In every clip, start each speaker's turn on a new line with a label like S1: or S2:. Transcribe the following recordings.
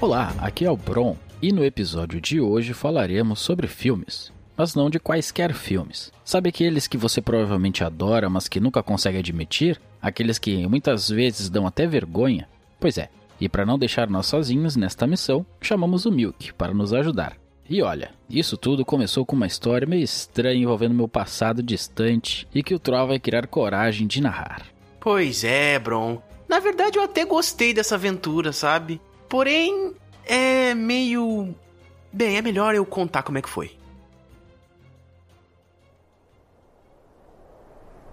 S1: Olá, aqui é o Bron e no episódio de hoje falaremos sobre filmes, mas não de quaisquer filmes. Sabe aqueles que você provavelmente adora, mas que nunca consegue admitir? Aqueles que muitas vezes dão até vergonha? Pois é, e para não deixar nós sozinhos nesta missão, chamamos o Milk para nos ajudar. E olha, isso tudo começou com uma história meio estranha envolvendo meu passado distante e que o Troll vai criar coragem de narrar.
S2: Pois é, Bron. Na verdade, eu até gostei dessa aventura, sabe? Porém, é meio. Bem, é melhor eu contar como é que foi.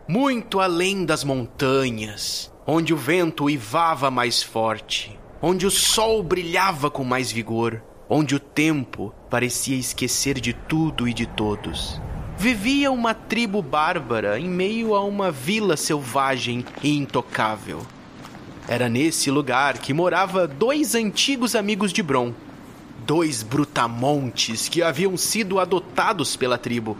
S2: Muito além das montanhas, onde o vento uivava mais forte, onde o sol brilhava com mais vigor, onde o tempo parecia esquecer de tudo e de todos. Vivia uma tribo bárbara em meio a uma vila selvagem e intocável. Era nesse lugar que morava dois antigos amigos de Bron. Dois brutamontes que haviam sido adotados pela tribo.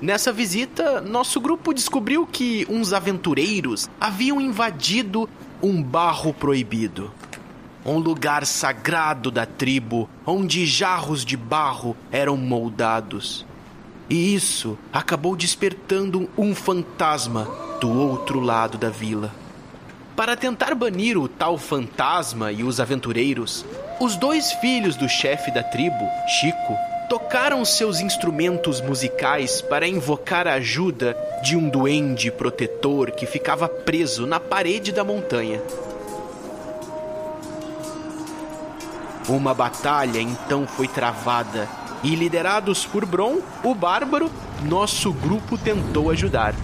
S2: Nessa visita, nosso grupo descobriu que uns aventureiros haviam invadido um barro proibido. Um lugar sagrado da tribo, onde jarros de barro eram moldados. E isso acabou despertando um fantasma do outro lado da vila. Para tentar banir o tal fantasma e os aventureiros, os dois filhos do chefe da tribo, Chico, tocaram seus instrumentos musicais para invocar a ajuda de um duende protetor que ficava preso na parede da montanha. Uma batalha então foi travada e, liderados por Bron, o Bárbaro, nosso grupo tentou ajudar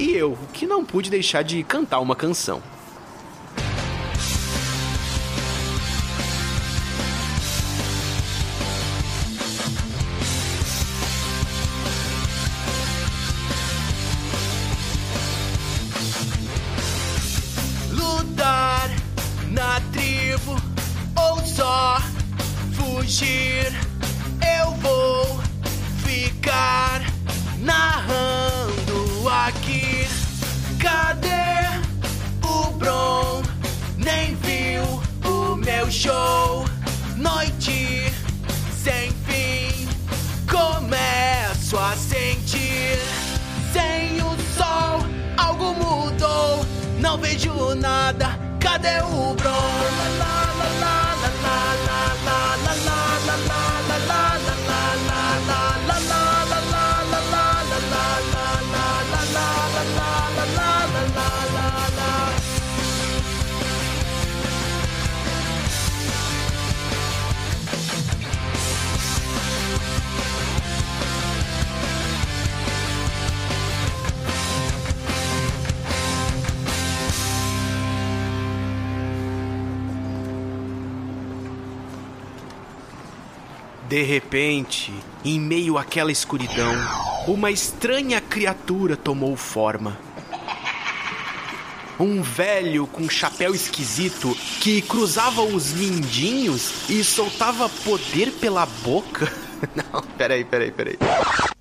S2: e eu, que não pude deixar de cantar uma canção. Lutar na tribo ou só fugir, eu vou ficar narrando aqui. Cadê o Bron? Nem viu o meu show. Noite sem fim, começo a sentir. Sem o sol, algo mudou. Não vejo nada. Cadê o Bron? Lá, lá, lá, lá, lá, lá, lá, lá, lá, lá, lá, lá, lá. De repente, em meio àquela escuridão, uma estranha criatura tomou forma. Um velho com chapéu esquisito que cruzava os lindinhos e soltava poder pela boca. Não, peraí, peraí, peraí.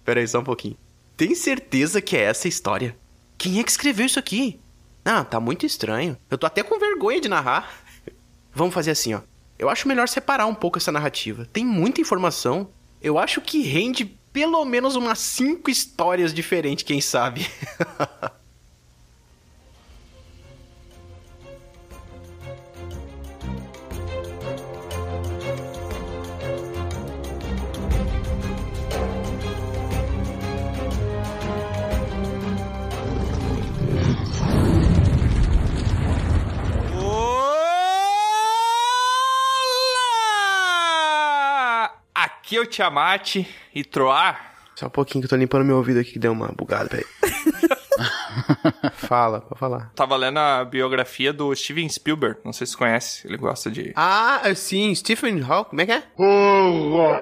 S2: Peraí, só um pouquinho. Tem certeza que é essa a história? Quem é que escreveu isso aqui? Ah, tá muito estranho. Eu tô até com vergonha de narrar. Vamos fazer assim, ó. Eu acho melhor separar um pouco essa narrativa. Tem muita informação. Eu acho que rende pelo menos umas cinco histórias diferentes, quem sabe.
S3: Olá! Aqui é o Tiamat e Troar.
S2: Só um pouquinho que eu tô limpando meu ouvido aqui que deu uma bugada, peraí. Fala, pode falar.
S3: Tava lendo a biografia do Steven Spielberg, não sei se conhece, ele gosta de...
S2: Ah, sim, Stephen Hawking, como é que é?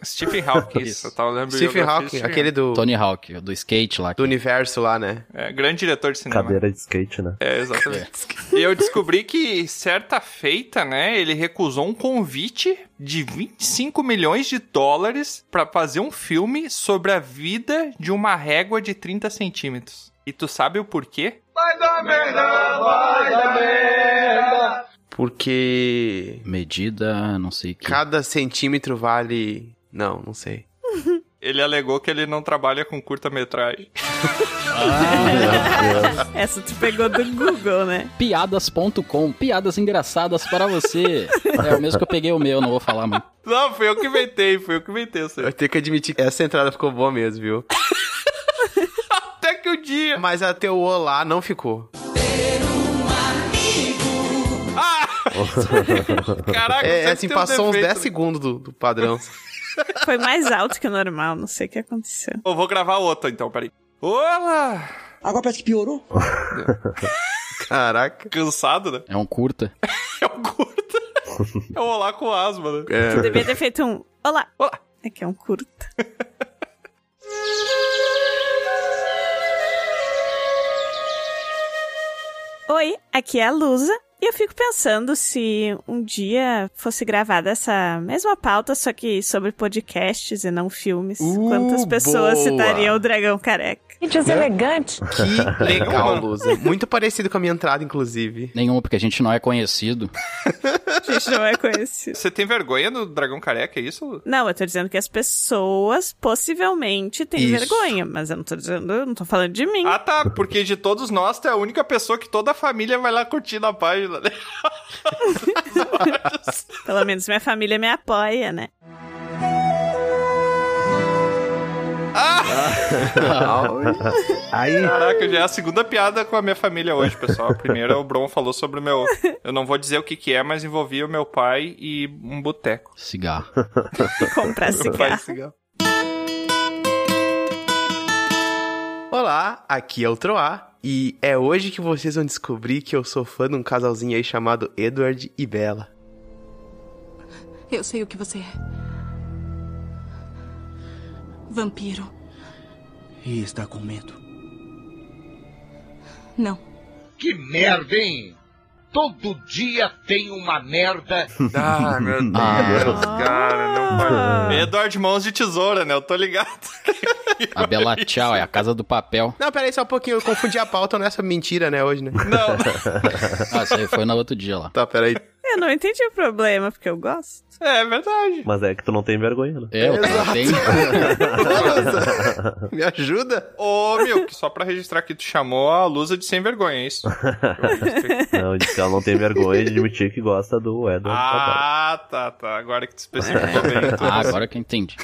S3: Stephen Hawking, isso.
S1: Isso.
S3: Eu tava lendo a
S2: Stephen
S3: biografia do
S2: Hawking, aquele do,
S1: Tony Hawk, do skate lá.
S2: do universo lá, né?
S3: É, grande diretor de cinema.
S4: Cadeira de skate, né?
S3: É, exatamente. e eu descobri que, certa feita, né, ele recusou um convite de 25 milhões de dólares pra fazer um filme sobre a vida de uma régua de 30 centímetros. E tu sabe o porquê?
S5: porque
S1: Medida, não sei o que.
S5: cada centímetro vale. Não, não sei.
S3: Ele alegou que ele não trabalha com curta-metragem.
S6: Essa tu pegou do Google, né?
S1: Piadas.com, piadas engraçadas para você. É o mesmo que eu peguei o meu, não vou falar muito.
S3: Não, foi eu que inventei, foi eu que inventei essa.
S5: Eu tenho que admitir que essa entrada ficou boa mesmo, viu?
S3: Até que o dia.
S5: Mas até o olá não ficou.
S3: Ah! Caraca,
S5: É,
S3: sempre
S5: assim,
S3: tem um
S5: passou uns
S3: defeito,
S5: 10
S3: né?
S5: segundos do, do padrão.
S6: Foi mais alto que o normal, não sei o que aconteceu.
S3: Eu vou gravar outra então, peraí. Olá!
S7: Agora parece que piorou.
S5: Caraca.
S3: Cansado, né?
S1: É um curta.
S3: É o curta. É o olá com asma, né?
S6: Tu
S5: É.
S6: devia ter feito um olá.
S3: Olá.
S6: É que é um curta. Oi, aqui é a Lusa. E eu fico pensando se um dia fosse gravada essa mesma pauta, só que sobre podcasts e não filmes.
S5: Uh,
S6: Quantas pessoas
S5: boa.
S6: citariam o Dragão Careca?
S2: Gente, os elegantes.
S5: Que legal, Lusa. Muito parecido com a minha entrada, inclusive.
S1: Nenhuma, porque a gente não é conhecido.
S6: A gente não é conhecido.
S3: Você tem vergonha do dragão careca, é isso?
S6: Não, eu tô dizendo que as pessoas possivelmente têm
S5: Isso.
S6: vergonha, mas eu não tô dizendo, eu não tô falando de mim.
S3: Ah, tá, porque de todos nós, tu é a única pessoa que toda a família vai lá curtir na página. né?
S6: Pelo menos minha família me apoia, né?
S4: Aí,
S3: Caraca, já é a segunda piada com a minha família hoje, pessoal. A primeira, o Bron falou sobre o meu... Eu não vou dizer o que que é, mas envolvia o meu pai e um boteco.
S1: Cigarro.
S6: Comprar
S3: Meu pai e
S6: cigarro.
S3: cigarro.
S5: Olá, aqui é o Troá. E é hoje que vocês vão descobrir que eu sou fã de um casalzinho aí chamado Edward e Bella.
S8: Eu sei o que você é. Vampiro.
S7: E está com medo.
S8: Não.
S9: Que merda, hein? Todo dia tem uma merda.
S3: Ah, meu Deus, cara, não pode. Edward Mãos de Tesoura, né? Eu tô ligado.
S1: A Bela Tchau é a casa do papel.
S5: Não, peraí só um pouquinho, eu confundi a pauta
S2: é
S5: nessa mentira, né, hoje, né?
S3: Não,
S1: Ah, isso aí foi no outro dia lá.
S5: Tá, peraí.
S6: Eu não entendi o problema, porque eu gosto.
S3: é verdade.
S4: mas é que tu não tem vergonha, né?
S1: É, eu tenho.
S5: Lusa, Me ajuda?
S3: Ô, Milk, só pra registrar que tu chamou a Lusa de sem vergonha, é isso?
S4: Não, disse que ela não tem vergonha de admitir que gosta do Edward Cavalo.
S3: ah, tá, tá. Agora que tu especificou bem. tudo.
S1: Ah, agora que eu entendi.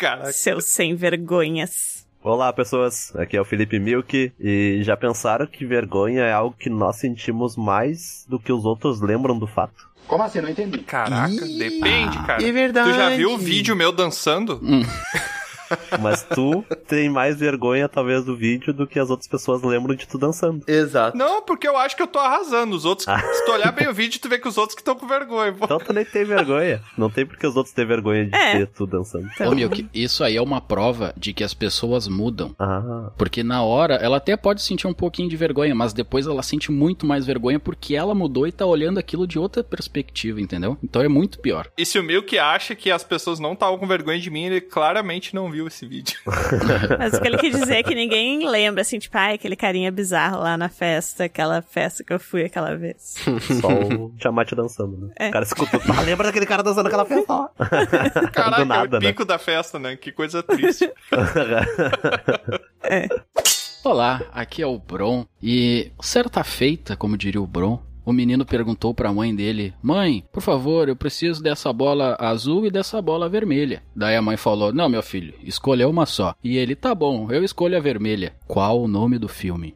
S3: Caraca.
S6: Seus sem vergonhas.
S4: Olá, pessoas. Aqui é o Felipe Milk. E já pensaram que vergonha é algo que nós sentimos mais do que os outros lembram do fato?
S9: Como assim? Não entendi.
S3: Caraca,
S5: Ih,
S3: depende, cara.
S5: é
S2: ah,
S5: verdade.
S3: Tu já viu o vídeo meu dançando?
S4: Mas tu tem mais vergonha, talvez, do vídeo do que as outras pessoas lembram de tu dançando.
S5: Exato.
S3: Não, porque eu acho que eu tô arrasando. Os outros. Se tu olhar bem o vídeo, tu vê que os outros que estão com vergonha. pô.
S4: Ah. Então tu nem tem vergonha. Não tem porque os outros têm vergonha de
S6: É.
S4: ter tu dançando.
S6: Então,
S1: Ô, Milk, isso aí é uma prova de que as pessoas mudam.
S4: Ah,
S1: Porque na hora, ela até pode sentir um pouquinho de vergonha, mas depois ela sente muito mais vergonha porque ela mudou e tá olhando aquilo de outra perspectiva, entendeu? Então é muito pior.
S3: E se o Milk acha que as pessoas não estavam com vergonha de mim, ele claramente não viu esse vídeo.
S6: mas o que ele quis dizer é que ninguém lembra, assim, tipo, ai, aquele carinha bizarro lá na festa, aquela festa que eu fui aquela vez.
S4: só o Tiamat dançando, né?
S6: É.
S4: O cara escutou. Ah, lembra daquele cara dançando aquela festa lá?
S3: Caraca,
S4: Do nada,
S3: é o
S4: né?
S3: pico da festa, né? Que coisa triste.
S1: Olá, aqui é o Bron e certa feita, como diria o Bron, o menino perguntou pra mãe dele: "Mãe, por favor, eu preciso dessa bola azul e dessa bola vermelha". Daí a mãe falou: "Não, meu filho, escolha uma só". E ele: "Tá bom, eu escolho a vermelha". Qual o nome do filme?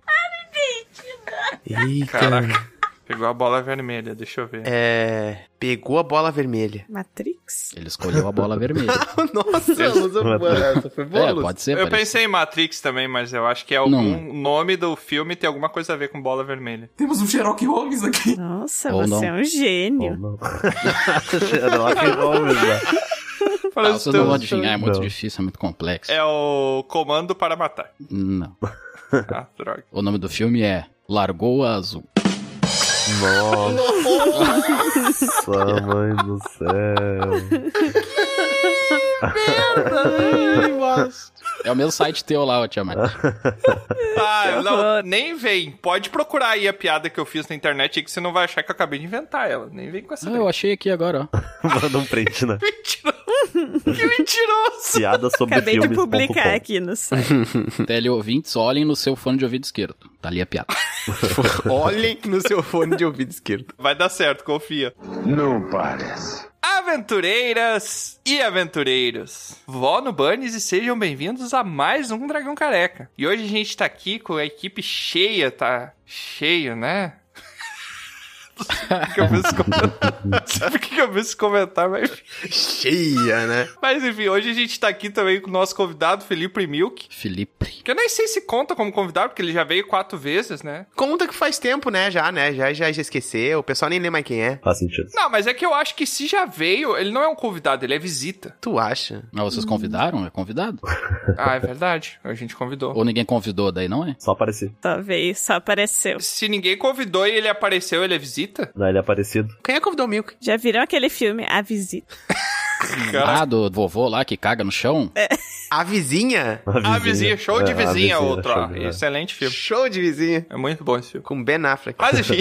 S5: Eita.
S3: Caraca. Pegou a bola vermelha, deixa eu ver.
S5: É. Pegou a bola vermelha.
S6: Matrix?
S1: Ele escolheu a bola vermelha.
S5: Nossa, Lusa, mano, essa foi boa,
S1: é,
S5: Lusa.
S1: pode ser.
S3: eu
S1: parece.
S3: pensei em Matrix também, mas eu acho que é algum nome do filme tem alguma coisa a ver com bola vermelha.
S7: Temos um Sherlock Holmes aqui.
S6: Nossa,
S1: Ou
S6: você
S1: não.
S6: é um
S4: Ou
S6: gênio.
S4: não. Sherlock Holmes, né?
S1: Ah,
S3: Parece
S1: vocês não vão
S3: teus-
S1: adivinhar, é muito
S4: Não.
S1: difícil, é muito complexo.
S3: É o Comando para Matar.
S1: Não.
S3: Ah, droga.
S1: O nome do filme é Largou a Azul.
S4: Nossa, mãe do céu.
S1: É o mesmo site teu lá, ô Tiamat.
S3: Ah, não, nem vem. Pode procurar aí a piada que eu fiz na internet aí que você não vai achar que eu acabei de inventar ela. Nem vem com essa.
S1: Ah, eu achei aqui agora, ó.
S4: Manda um print na
S3: Mentiroso. que mentiroso.
S4: piada sobre
S6: Acabei de
S4: filmes, ponto,
S6: publicar
S4: ponto.
S6: aqui no site.
S1: Teleouvintes, olhem no seu fone de ouvido esquerdo. Tá ali a piada.
S2: Olhem no seu fone de ouvido esquerdo.
S3: Vai dar certo, confia.
S9: Não parece.
S3: Aventureiras e aventureiros, vó no Bunnies e sejam bem-vindos a mais um Dragão Careca. E hoje a gente tá aqui com a equipe cheia, tá? Cheio, né? Por que que eu fiz esse comentário? Sabe por que que eu fiz esse comentário? Mas,
S2: Cheia, né?
S3: mas enfim, hoje a gente tá aqui também com o nosso convidado, Felipe Milk.
S1: Felipe.
S3: Que eu nem sei se conta como convidado, porque ele já veio quatro vezes, né?
S2: Conta que faz tempo, né? Já, né? Já, já, já esqueceu. O pessoal nem lembra mais quem é.
S4: Faz sentido.
S3: Não, mas é que eu acho que se já veio, ele não é um convidado, ele é visita.
S2: Tu acha?
S1: Mas Ah,
S3: Hum.
S1: vocês convidaram? É convidado?
S3: Ah, é verdade. A gente convidou.
S1: Ou ninguém convidou daí, não é?
S4: Só aparecido.
S6: Talvez só apareceu.
S3: Se ninguém convidou e ele apareceu, ele é visita?
S4: Não, ele é aparecido.
S2: Quem é que convidou o Milk?
S6: Já viram aquele filme A Visita?
S1: Ah, do vovô lá que caga no chão?
S2: A vizinha?
S3: A ah, vizinha, show de
S4: É, a
S3: vizinha, outro.
S4: show
S3: ó.
S4: de vizinha.
S3: Excelente filme.
S2: Show de vizinha.
S3: É muito bom esse filme.
S2: Com Ben Affleck.
S3: Mas enfim,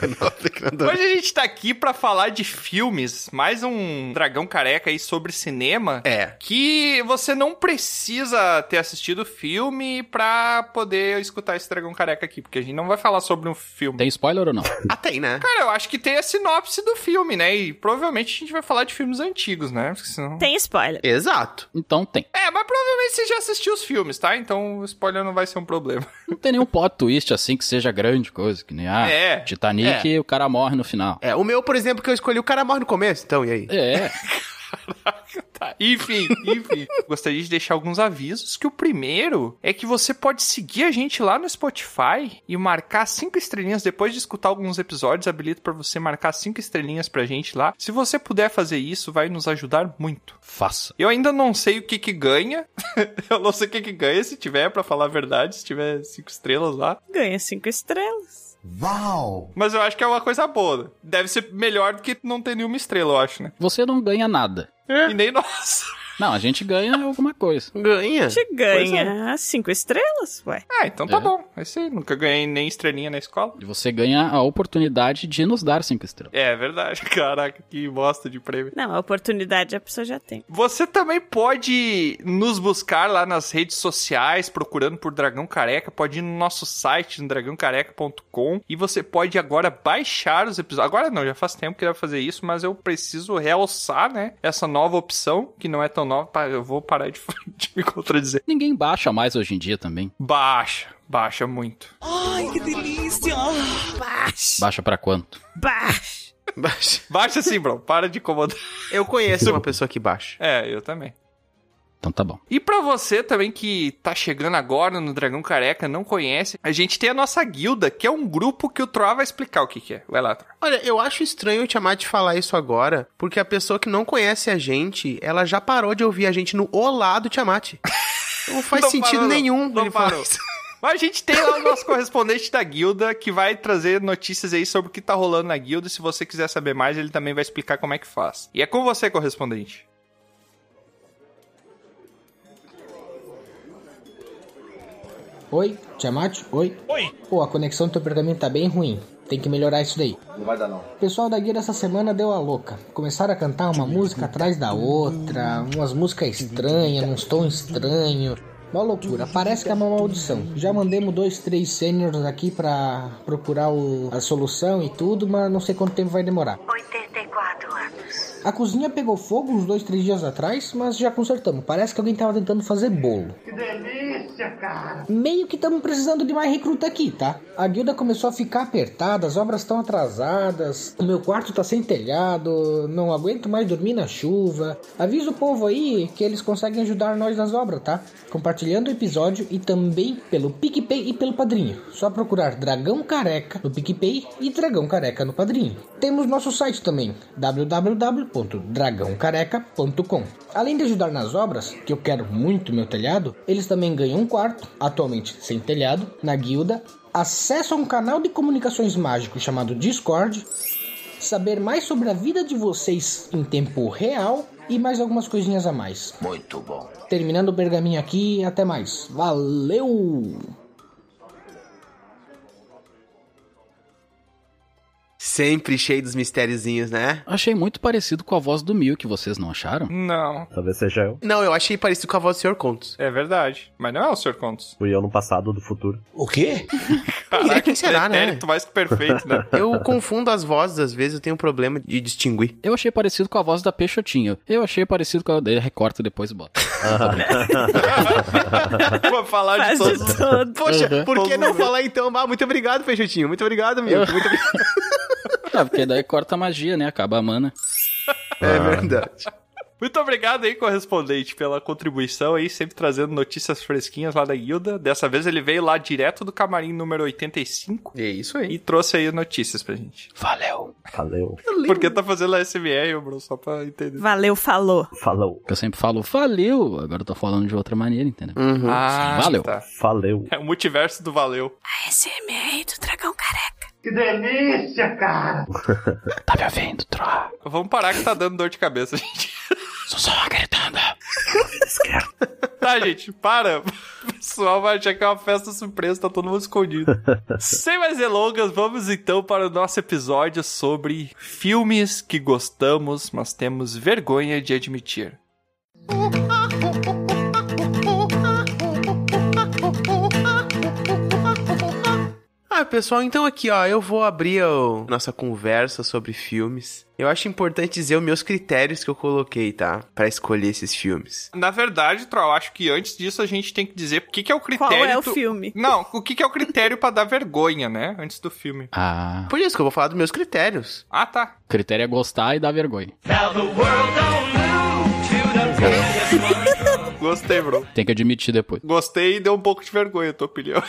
S2: Ben Affleck na dor.
S3: hoje a gente tá aqui pra falar de filmes. Mais um Dragão Careca aí sobre cinema.
S2: É.
S3: Que você não precisa ter assistido o filme pra poder escutar esse Dragão Careca aqui. Porque a gente não vai falar sobre um filme.
S1: Tem spoiler ou não?
S2: Ah, tem, né?
S3: Cara, eu acho que tem a sinopse do filme, né? E provavelmente a gente vai falar de filmes antigos, né? Porque senão...
S6: Tem spoiler.
S2: Exato.
S1: Então tem.
S3: É, mas provavelmente você já assistiu os filmes, tá? Então o spoiler não vai ser um problema.
S1: Não tem nenhum plot twist assim que seja grande coisa, que nem ah,
S3: É.
S1: Titanic o cara morre no final.
S2: É, o meu, por exemplo, que eu escolhi, o cara morre no começo, então, e aí?
S1: É,
S3: Tá, enfim, enfim. Gostaria de deixar alguns avisos, que o primeiro é que você pode seguir a gente lá no Spotify e marcar cinco estrelinhas depois de escutar alguns episódios, habilito pra você marcar cinco estrelinhas pra gente lá. Se você puder fazer isso, vai nos ajudar muito.
S1: faça.
S3: Eu ainda não sei o que que ganha. Eu não sei o que que ganha se tiver, pra falar a verdade, se tiver cinco estrelas lá.
S6: Ganha cinco estrelas.
S3: Mas eu acho que é uma coisa boa. né? Deve ser melhor do que não ter nenhuma estrela, eu acho, né?
S1: Você não ganha nada.
S3: E nem nós.
S1: Não, a gente ganha alguma coisa.
S2: Ganha.
S3: é.
S6: Te ganha cinco estrelas, ué.
S3: Ah, então tá
S1: É.
S3: bom. É isso aí. Nunca ganhei nem estrelinha na escola.
S1: E você ganha a oportunidade de nos dar cinco estrelas.
S3: É verdade. Caraca, que bosta de prêmio.
S6: Não, a oportunidade a pessoa já tem.
S3: Você também pode nos buscar lá nas redes sociais, procurando por Dragão Careca. Pode ir no nosso site, no dragãocareca.com. E você pode agora baixar os episódios. Agora não, já faz tempo que eu ia fazer isso, mas eu preciso realçar, né? Essa nova opção, que não é tão nova. Pá, Eu vou parar de, de me contradizer.
S1: Ninguém baixa mais hoje em dia também.
S3: Baixa, baixa muito.
S7: Ai, que delícia!
S1: Baixa pra quanto?
S6: Baixo.
S2: Baixa.
S3: Baixa sim, bro. Para de incomodar.
S2: Eu conheço uma pessoa que baixa.
S3: É, eu também.
S1: Então tá bom.
S3: E pra você também que tá chegando agora no Dragão Careca, não conhece, a gente tem a nossa guilda, que é um grupo que o Troá vai explicar o que que é. Vai lá, Troá.
S2: Olha, eu acho estranho o Tiamat falar isso agora, porque a pessoa que não conhece a gente, ela já parou de ouvir a gente no Olá do Tiamat. Não faz
S3: Não
S2: sentido
S3: parou, não.
S2: nenhum
S3: Não
S2: ele falar
S3: parou.
S2: isso.
S3: Mas a gente tem lá o nosso correspondente da guilda, que vai trazer notícias aí sobre o que tá rolando na guilda. Se você quiser saber mais, ele também vai explicar como é que faz. E é com você, correspondente.
S10: Oi, Tiamat? Oi? Oi! Pô, a conexão do teu apartamento tá bem ruim. Tem que melhorar isso daí. Não vai dar não. O pessoal da guia essa semana deu a louca. Começaram a cantar uma música atrás da outra, umas músicas estranhas, uns tons estranhos. Uma loucura, parece que é uma maldição. Já mandemos dois, três sêniores aqui pra procurar o- a solução e tudo, mas não sei quanto tempo vai demorar.
S11: 84 anos.
S10: A cozinha pegou fogo uns dois, três dias atrás, mas já consertamos. Parece que alguém tava tentando fazer bolo. Que delícia, cara! Meio que estamos precisando de mais recruta aqui, tá? A guilda começou a ficar apertada, as obras estão atrasadas, o meu quarto tá sem telhado, não aguento mais dormir na chuva. Avisa o povo aí que eles conseguem ajudar nós nas obras, tá? Compartilhando o episódio e também pelo PicPay e pelo Padrinho. Só procurar Dragão Careca no PicPay e Dragão Careca no Padrinho. Temos nosso site também, www.dragãocareca.com. Além de ajudar nas obras, que eu quero muito meu telhado, eles também ganham um quarto, atualmente sem telhado, na guilda, acesso a um canal de comunicações mágico chamado Discord, saber mais sobre a vida de vocês em tempo real e mais algumas coisinhas a mais.
S9: Muito bom.
S10: Terminando o pergaminho aqui, até mais. Valeu!
S2: Sempre cheio dos mistériozinhos, né?
S1: Achei muito parecido com a voz do Mil, que vocês não acharam?
S3: Não.
S4: Talvez seja eu.
S2: Não, eu achei parecido com a voz do Sr. Contos.
S3: É verdade. Mas não é o Sr. Contos.
S4: Fui eu no passado ou do futuro.
S10: O quê?
S2: Caraca, quem será, né?
S3: pretérito mais que perfeito, né?
S2: Eu confundo as vozes, às vezes eu tenho um problema de distinguir.
S1: Eu achei parecido com a voz da Peixotinho. Eu achei parecido com a. Daí recorta depois e bota.
S3: Ah.
S2: Vou falar
S6: Faz
S2: de todos.
S6: de tudo.
S2: Poxa,
S1: Uhum.
S2: por que não falar então? Ah, muito obrigado, Peixotinho. Muito obrigado, amigo. Muito obrigado.
S1: Ah, porque daí corta a magia, né? Acaba a mana.
S2: É verdade.
S3: Muito obrigado aí, correspondente, pela contribuição aí, sempre trazendo notícias fresquinhas lá da guilda. Dessa vez ele veio lá direto do camarim número 85
S2: É isso aí.
S3: e trouxe aí notícias pra gente.
S10: Tá
S1: Valeu!
S4: Valeu.
S3: Porque tá fazendo a SMR, Bruno, só pra entender.
S6: Valeu, falou.
S4: Falou.
S1: Eu sempre falo, valeu! Agora eu tô falando de outra maneira, entendeu?
S2: Hum.
S3: Ah,
S1: Valeu.
S3: tá.
S4: Valeu.
S3: É o multiverso do valeu.
S6: SMR do Dragão Careca.
S9: Que delícia, cara!
S1: Tá me ouvindo, Troa?
S3: Vamos parar que tá dando dor de cabeça, gente.
S1: Sou só gritando.
S3: Tá, gente, para. O pessoal vai achar que é uma festa surpresa, tá todo mundo escondido. Sem mais delongas, vamos então para o nosso episódio sobre filmes que gostamos, mas temos vergonha de admitir.
S2: Ah, pessoal, então aqui, ó, eu vou abrir a nossa conversa sobre filmes. Eu acho importante dizer os meus critérios que eu coloquei, tá? Pra escolher esses filmes.
S3: Na verdade, Troll, acho que antes disso a gente tem que dizer o que, que é o critério.
S6: Qual é o
S3: do-
S6: filme?
S3: Não, o que, que é o critério pra dar vergonha, né? Antes do filme.
S1: Ah,
S2: Por isso que eu vou falar dos meus critérios.
S3: Ah, tá.
S1: o critério é gostar e dar vergonha.
S3: Gostei, bro.
S1: Tem que admitir depois.
S3: Gostei e deu um pouco de vergonha a tua opinião.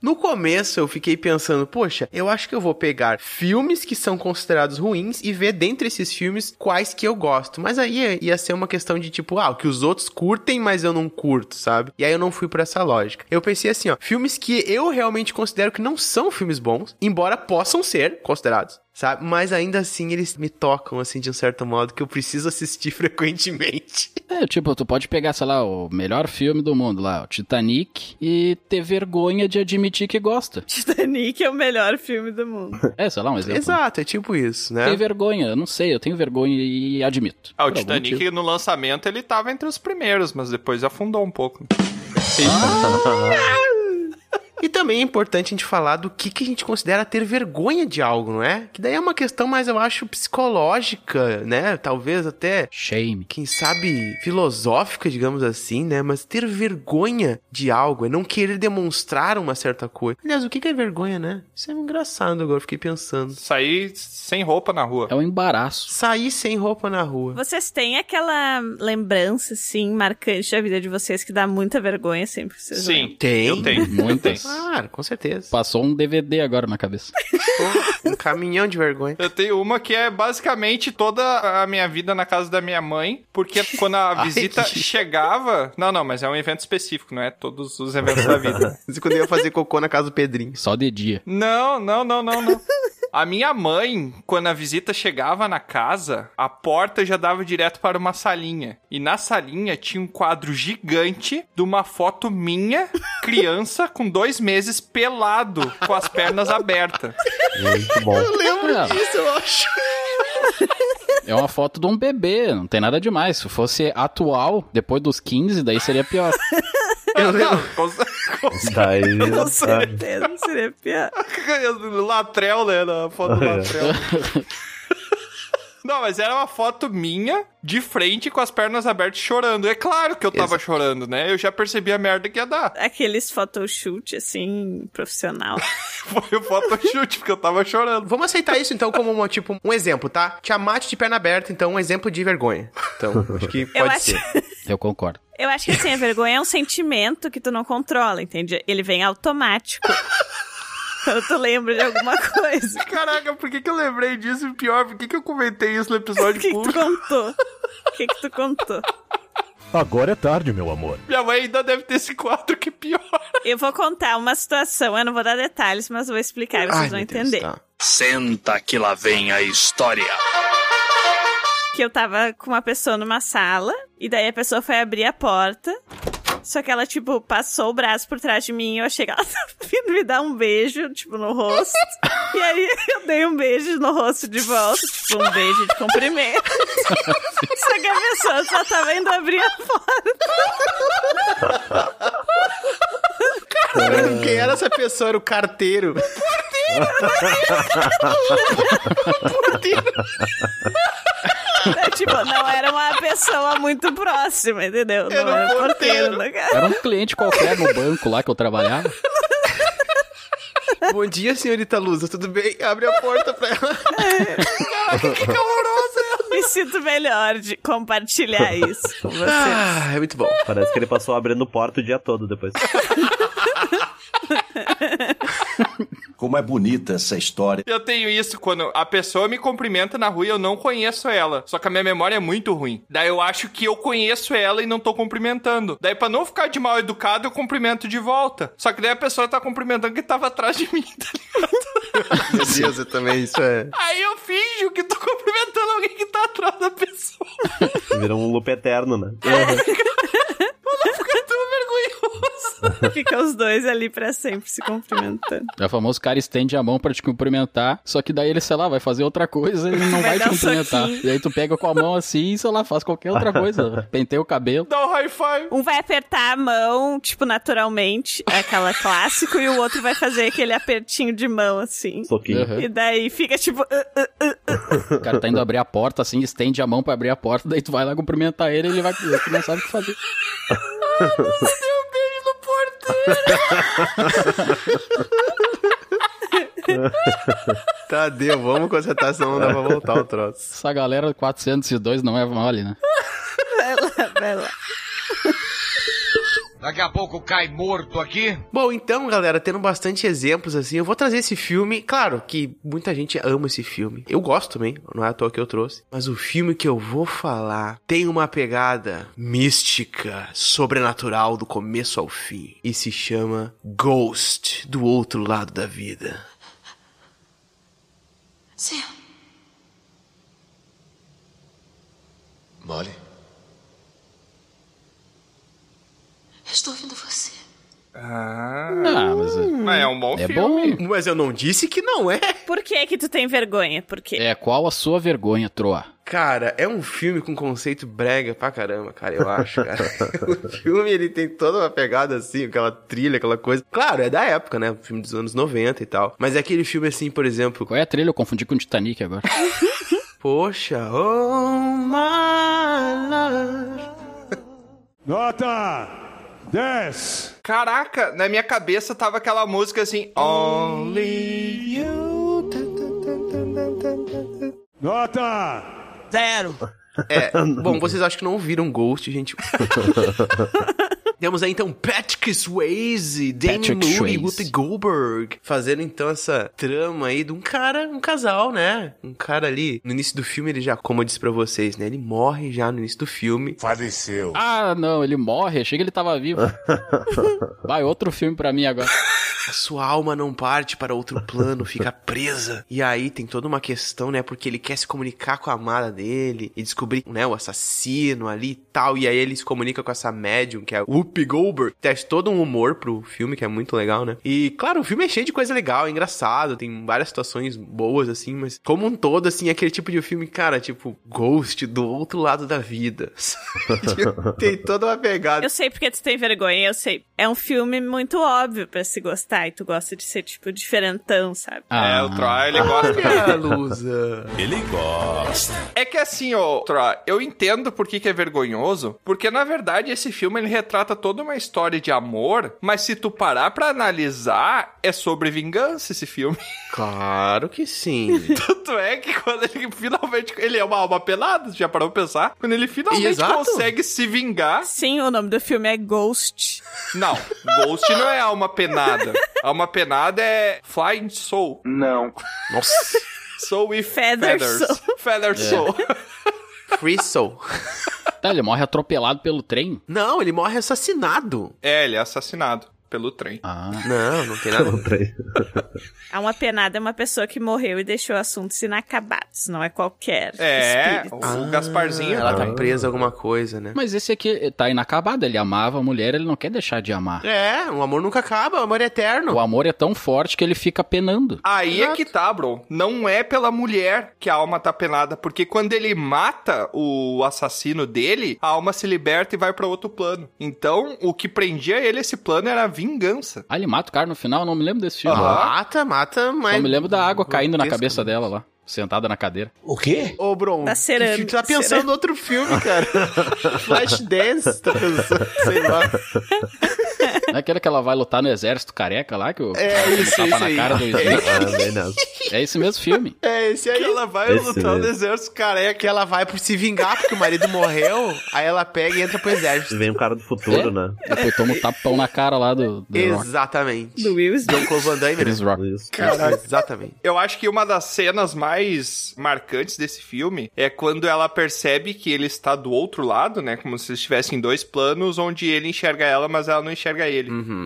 S2: No começo eu fiquei pensando, poxa, eu acho que eu vou pegar filmes que são considerados ruins e ver dentre esses filmes quais que eu gosto. Mas aí ia- ia ser uma questão de tipo, ah, o que os outros curtem, mas eu não curto, sabe? E aí eu não fui pra essa lógica. Eu pensei assim, ó, filmes que eu realmente considero que não são filmes bons, embora possam ser considerados. Sabe? Mas ainda assim eles me tocam, assim, de um certo modo, que eu preciso assistir frequentemente.
S1: É, tipo, tu pode pegar, sei lá, o melhor filme do mundo lá, o Titanic, e ter vergonha de admitir que gosta.
S6: Titanic é o melhor filme do mundo.
S1: É, sei lá, um exemplo.
S2: Exato, é tipo isso, né?
S1: Tem vergonha, eu não sei, eu tenho vergonha e admito.
S3: Ah, o
S1: Por algum
S3: Titanic
S1: motivo.
S3: no lançamento ele tava entre os primeiros, mas depois afundou um pouco. Ah,
S2: E também é importante a gente falar do que, que a gente considera ter vergonha de algo, não é? Que daí é uma questão mais, eu acho, psicológica, né? Talvez até,
S1: Shame.
S2: quem sabe, filosófica, digamos assim, né? Mas ter vergonha de algo é não querer demonstrar uma certa coisa. Aliás, o que, que é vergonha, né? Isso é engraçado agora, eu fiquei pensando.
S3: Saí sem roupa na rua.
S1: É um embaraço.
S2: Sair sem roupa na rua.
S6: Vocês têm aquela lembrança, assim, marcante da vida de vocês que dá muita vergonha sempre que vocês lembram?
S3: Sim,
S2: Tem?
S3: eu tenho.
S1: Muitas.
S3: Eu tenho.
S2: Claro, com certeza.
S1: Passou um DVD agora na cabeça.
S2: Pô, um caminhão de vergonha.
S3: Eu tenho uma que é basicamente toda a minha vida na casa da minha mãe, porque quando a
S2: Ai,
S3: visita
S2: gente.
S3: chegava. Não, não, mas é um evento específico, não é todos os eventos da vida.
S2: Quando eu ia fazer cocô na casa do Pedrinho.
S1: Só de dia.
S3: Não, não, não, não, não. A minha mãe, quando a visita chegava na casa, a porta já dava direto para uma salinha. E na salinha tinha um quadro gigante de uma foto minha, criança, com dois meses, pelado, com as pernas abertas.
S4: Muito bom.
S2: Lembro
S1: Não.
S2: disso, eu acho.
S1: Ah. É uma foto de um bebê, não tem nada demais. Se fosse atual, depois dos 15, daí seria pior.
S2: Eu lembro.
S3: Com- com-
S4: Daí.
S6: Com
S3: É.
S4: sabe?
S6: certeza, seria pior.
S3: Latrel, né? Na foto do Latrel. Não, mas era uma foto minha de frente com as pernas abertas chorando. É claro que eu tava chorando, né? Eu já percebi a merda que ia dar.
S6: Aqueles photoshoot, assim, profissional.
S3: Foi o photoshoot, porque eu tava chorando.
S2: Vamos aceitar isso então como uma, tipo, um exemplo, tá? Tiamat de perna aberta, então, um exemplo de vergonha. Então, acho que
S6: Eu
S2: pode
S6: acho,
S2: ser.
S1: Eu concordo.
S6: eu acho que, assim, a vergonha é um sentimento que tu não controla, entende? Ele vem automático. Quando tu lembra de alguma coisa
S3: Caraca, por que, que eu lembrei disso? E pior, por que, que eu comentei isso no
S6: O
S3: episódio
S6: que, que tu
S3: público?
S6: contou? O que, que tu contou?
S12: Agora é tarde, meu amor.
S3: Minha mãe ainda deve ter esse quadro que é pior.
S6: Eu vou contar uma situação, eu não vou dar detalhes, mas vou explicar e vocês vão entender.
S13: Senta que lá vem a história.
S6: Que eu tava com uma pessoa numa sala, e daí a pessoa foi abrir a porta. Só que ela, tipo, passou o braço por trás de mim e eu achei que ela tava vindo me dar um beijo, tipo, no rosto. e aí eu dei um beijo no rosto de volta, tipo, um beijo de cumprimento. só que a pessoa só tava indo abrir a porta.
S2: Caralho, quem era essa pessoa? Era o carteiro.
S6: Não, tipo, não era uma pessoa muito próxima, entendeu? Não
S1: Era um
S6: era porteiro,
S1: porteiro.
S6: né, cara?
S1: Era um cliente qualquer no banco lá que eu trabalhava.
S2: Bom dia, senhorita Lusa, tudo bem? Abre a porta pra ela. Caraca, que né? calorosa!
S6: Me sinto melhor de compartilhar isso com vocês.
S3: Ah,
S2: é muito bom.
S4: Parece que ele passou abrindo porta o dia todo depois.
S13: Como é bonita essa história.
S3: Eu tenho isso quando a pessoa me cumprimenta na rua e eu não conheço ela. Só que a minha memória é muito ruim. Daí eu acho que eu conheço ela e não tô cumprimentando. Daí pra não ficar de mal educado, eu cumprimento de volta. Só que daí a pessoa tá cumprimentando que tava atrás de mim. tá
S2: Meu Deus, eu também, isso é.
S3: Aí eu finjo que tô cumprimentando alguém que tá atrás da pessoa.
S4: Virou um loop eterno, né?
S3: É. Ela fica tão vergonhosa.
S6: Fica os dois ali pra sempre se cumprimentando.
S1: É o famoso cara estende a mão pra te cumprimentar, só que daí ele, sei lá, vai fazer outra coisa e ele não vai,
S6: Vai
S1: te
S6: dar um
S1: cumprimentar.
S6: soquinho.
S1: e aí tu pega com a mão assim e, sei lá, faz qualquer outra coisa. Penteia o cabelo.
S3: Dá um high five.
S6: Um vai apertar a mão, tipo, naturalmente, é aquela clássico, e o outro vai fazer aquele apertinho de mão, assim.
S4: Soquinho.
S1: Uhum.
S6: E daí fica tipo. "Ah, ah, ah",
S1: O cara tá indo abrir a porta assim, estende a mão pra abrir a porta, daí tu vai lá cumprimentar ele e ele vai. Tu não sabe o que fazer.
S6: um
S2: Tadeu, vamos consertar, senão não dá pra voltar o troço.
S1: Essa galera 402 não é mole, né?
S6: vai lá, vai lá.
S9: Daqui a pouco cai morto aqui.
S2: Bom, então, galera, tendo bastante exemplos assim, eu vou trazer esse filme. Claro que muita gente ama esse filme. Eu gosto também, não é à toa que eu trouxe. Mas o filme que eu vou falar tem uma pegada mística, sobrenatural do começo ao fim. E se chama Ghost do Outro Lado da Vida.
S8: Sam,
S14: Molly?
S8: eu estou ouvindo você.
S3: Ah,
S1: Ah, mas é-
S3: é um bom
S1: é
S3: filme.
S1: bom.
S2: Mas eu não disse que não é.
S6: Por que que tu tem vergonha? Por quê?
S1: É qual a sua vergonha, Troa?
S2: Cara, é um filme com conceito brega pra caramba, cara, eu acho, cara. o filme, ele tem toda uma pegada assim, aquela trilha, aquela coisa. Claro, é da época, né? Um filme dos anos 90 e tal. Mas é aquele filme assim, por exemplo.
S1: Qual é a trilha? Eu confundi com o Titanic agora.
S2: Poxa, oh my love.
S12: Nota 10.
S3: Caraca, na minha cabeça tava aquela música assim. Only you.
S12: Nota
S7: Zero.
S2: É, bom, vocês acham que não ouviram Ghost, gente. Temos aí então Patrick Swayze, Danny
S1: Patrick
S2: Moody,
S1: Swayze.
S2: Whoopi Goldberg, fazendo então essa trama aí de um cara, um casal, né? Um cara ali, no início do filme ele já, como eu disse pra vocês, né? Ele morre já no início do filme.
S14: Faleceu.
S1: Ah, não, ele morre. Achei que ele tava vivo. Vai, outro filme pra mim agora.
S2: A sua alma não parte para outro plano, fica presa. E aí tem toda uma questão, né? Porque ele quer se comunicar com a amada dele e descobrir, né, o assassino ali e tal. E aí ele se comunica com essa médium, que é a Whoopi Goldberg. Teste todo um humor pro filme, que é muito legal, né? E, claro, o filme é cheio de coisa legal, é engraçado, tem várias situações boas, assim, mas como um todo, assim, é aquele tipo de filme, cara, tipo, Ghost do outro lado da vida. Tipo, tem toda uma pegada.
S6: Eu sei porque tu tem vergonha, eu sei. É um filme muito óbvio pra se gostar e tu gosta de ser, tipo, diferentão, sabe?
S1: Ah,
S3: É, o Troy, ele gosta.
S2: Olha, Ah, Lusa.
S14: Ele gosta.
S3: É que assim, ô, Troy, eu entendo por que, que é vergonhoso, porque na verdade esse filme ele retrata toda uma história de amor, mas se tu parar pra analisar, é sobre vingança esse filme.
S2: Claro que sim.
S3: Tanto é que quando ele finalmente. Ele é uma alma pelada, já parou pra pensar? Quando ele finalmente
S2: Exato.
S3: consegue se vingar.
S6: Sim, o nome do filme é Ghost.
S3: Não, Ghost não é alma penada. Alma penada é Flying Soul.
S13: Não.
S2: Nossa.
S3: Soul with
S6: Feather
S3: feathers.
S6: Soul.
S3: Feather Soul.
S2: Free Soul.
S1: Tá, ele morre atropelado pelo trem?
S2: Não, ele morre assassinado.
S3: É, ele é assassinado pelo trem.
S1: Ah.
S2: Não, não tem nada.
S6: A uma penada é uma pessoa que morreu e deixou assuntos inacabados, não é qualquer.
S3: É,
S6: espírito.
S3: o Gasparzinho.
S2: Ela
S3: né?
S2: tá presa a alguma coisa, né?
S1: Mas esse aqui tá inacabado, ele amava a mulher, ele não quer deixar de amar.
S2: É, o amor nunca acaba, o amor é eterno.
S1: O amor é tão forte que ele fica penando.
S3: Aí é que tá, bro. Não é pela mulher que a alma tá penada, porque quando ele mata o assassino dele, a alma se liberta e vai pra outro plano. Então, o que prendia ele esse plano era a vingança.
S1: Ah, ele mata o cara no final, eu não me lembro desse filme.
S3: Aham. Uhum.
S2: Mata, mata, mas.
S1: Só me lembro da água caindo na
S2: grotesco,
S1: cabeça
S2: né?
S1: dela lá, sentada na cadeira.
S7: O quê?
S2: Ô, Bron,
S6: Da
S2: que
S6: cerâmica,
S2: fi- tu tá pensando
S6: cerâmica.
S2: no outro filme, cara. Flashdance, tá pensando, sei lá.
S1: Não é aquele que ela vai lutar no exército careca lá, que o
S2: É
S1: que
S2: isso,
S1: tapa
S2: isso
S1: na
S2: aí.
S1: cara do Smith.
S4: Ah, bem não.
S1: É esse mesmo filme.
S2: É esse aí. ela vai
S4: Esse lutar no mesmo.
S2: exército careca. É Que ela vai por se vingar porque o marido morreu, aí ela pega e entra pro exército.
S4: Vem um cara do futuro,
S1: É?
S4: né?
S1: Depois toma o tapão na cara lá do, do Rock.
S2: Exatamente.
S6: Do Will Smith.
S2: John Claude Van Damme, né?
S1: Chris Rock.
S4: Isso.
S2: Isso, Exatamente.
S3: Eu acho que uma das cenas mais marcantes desse filme é quando ela percebe que ele está do outro lado, né? Como se estivessem dois planos onde ele enxerga ela, mas ela não enxerga ele.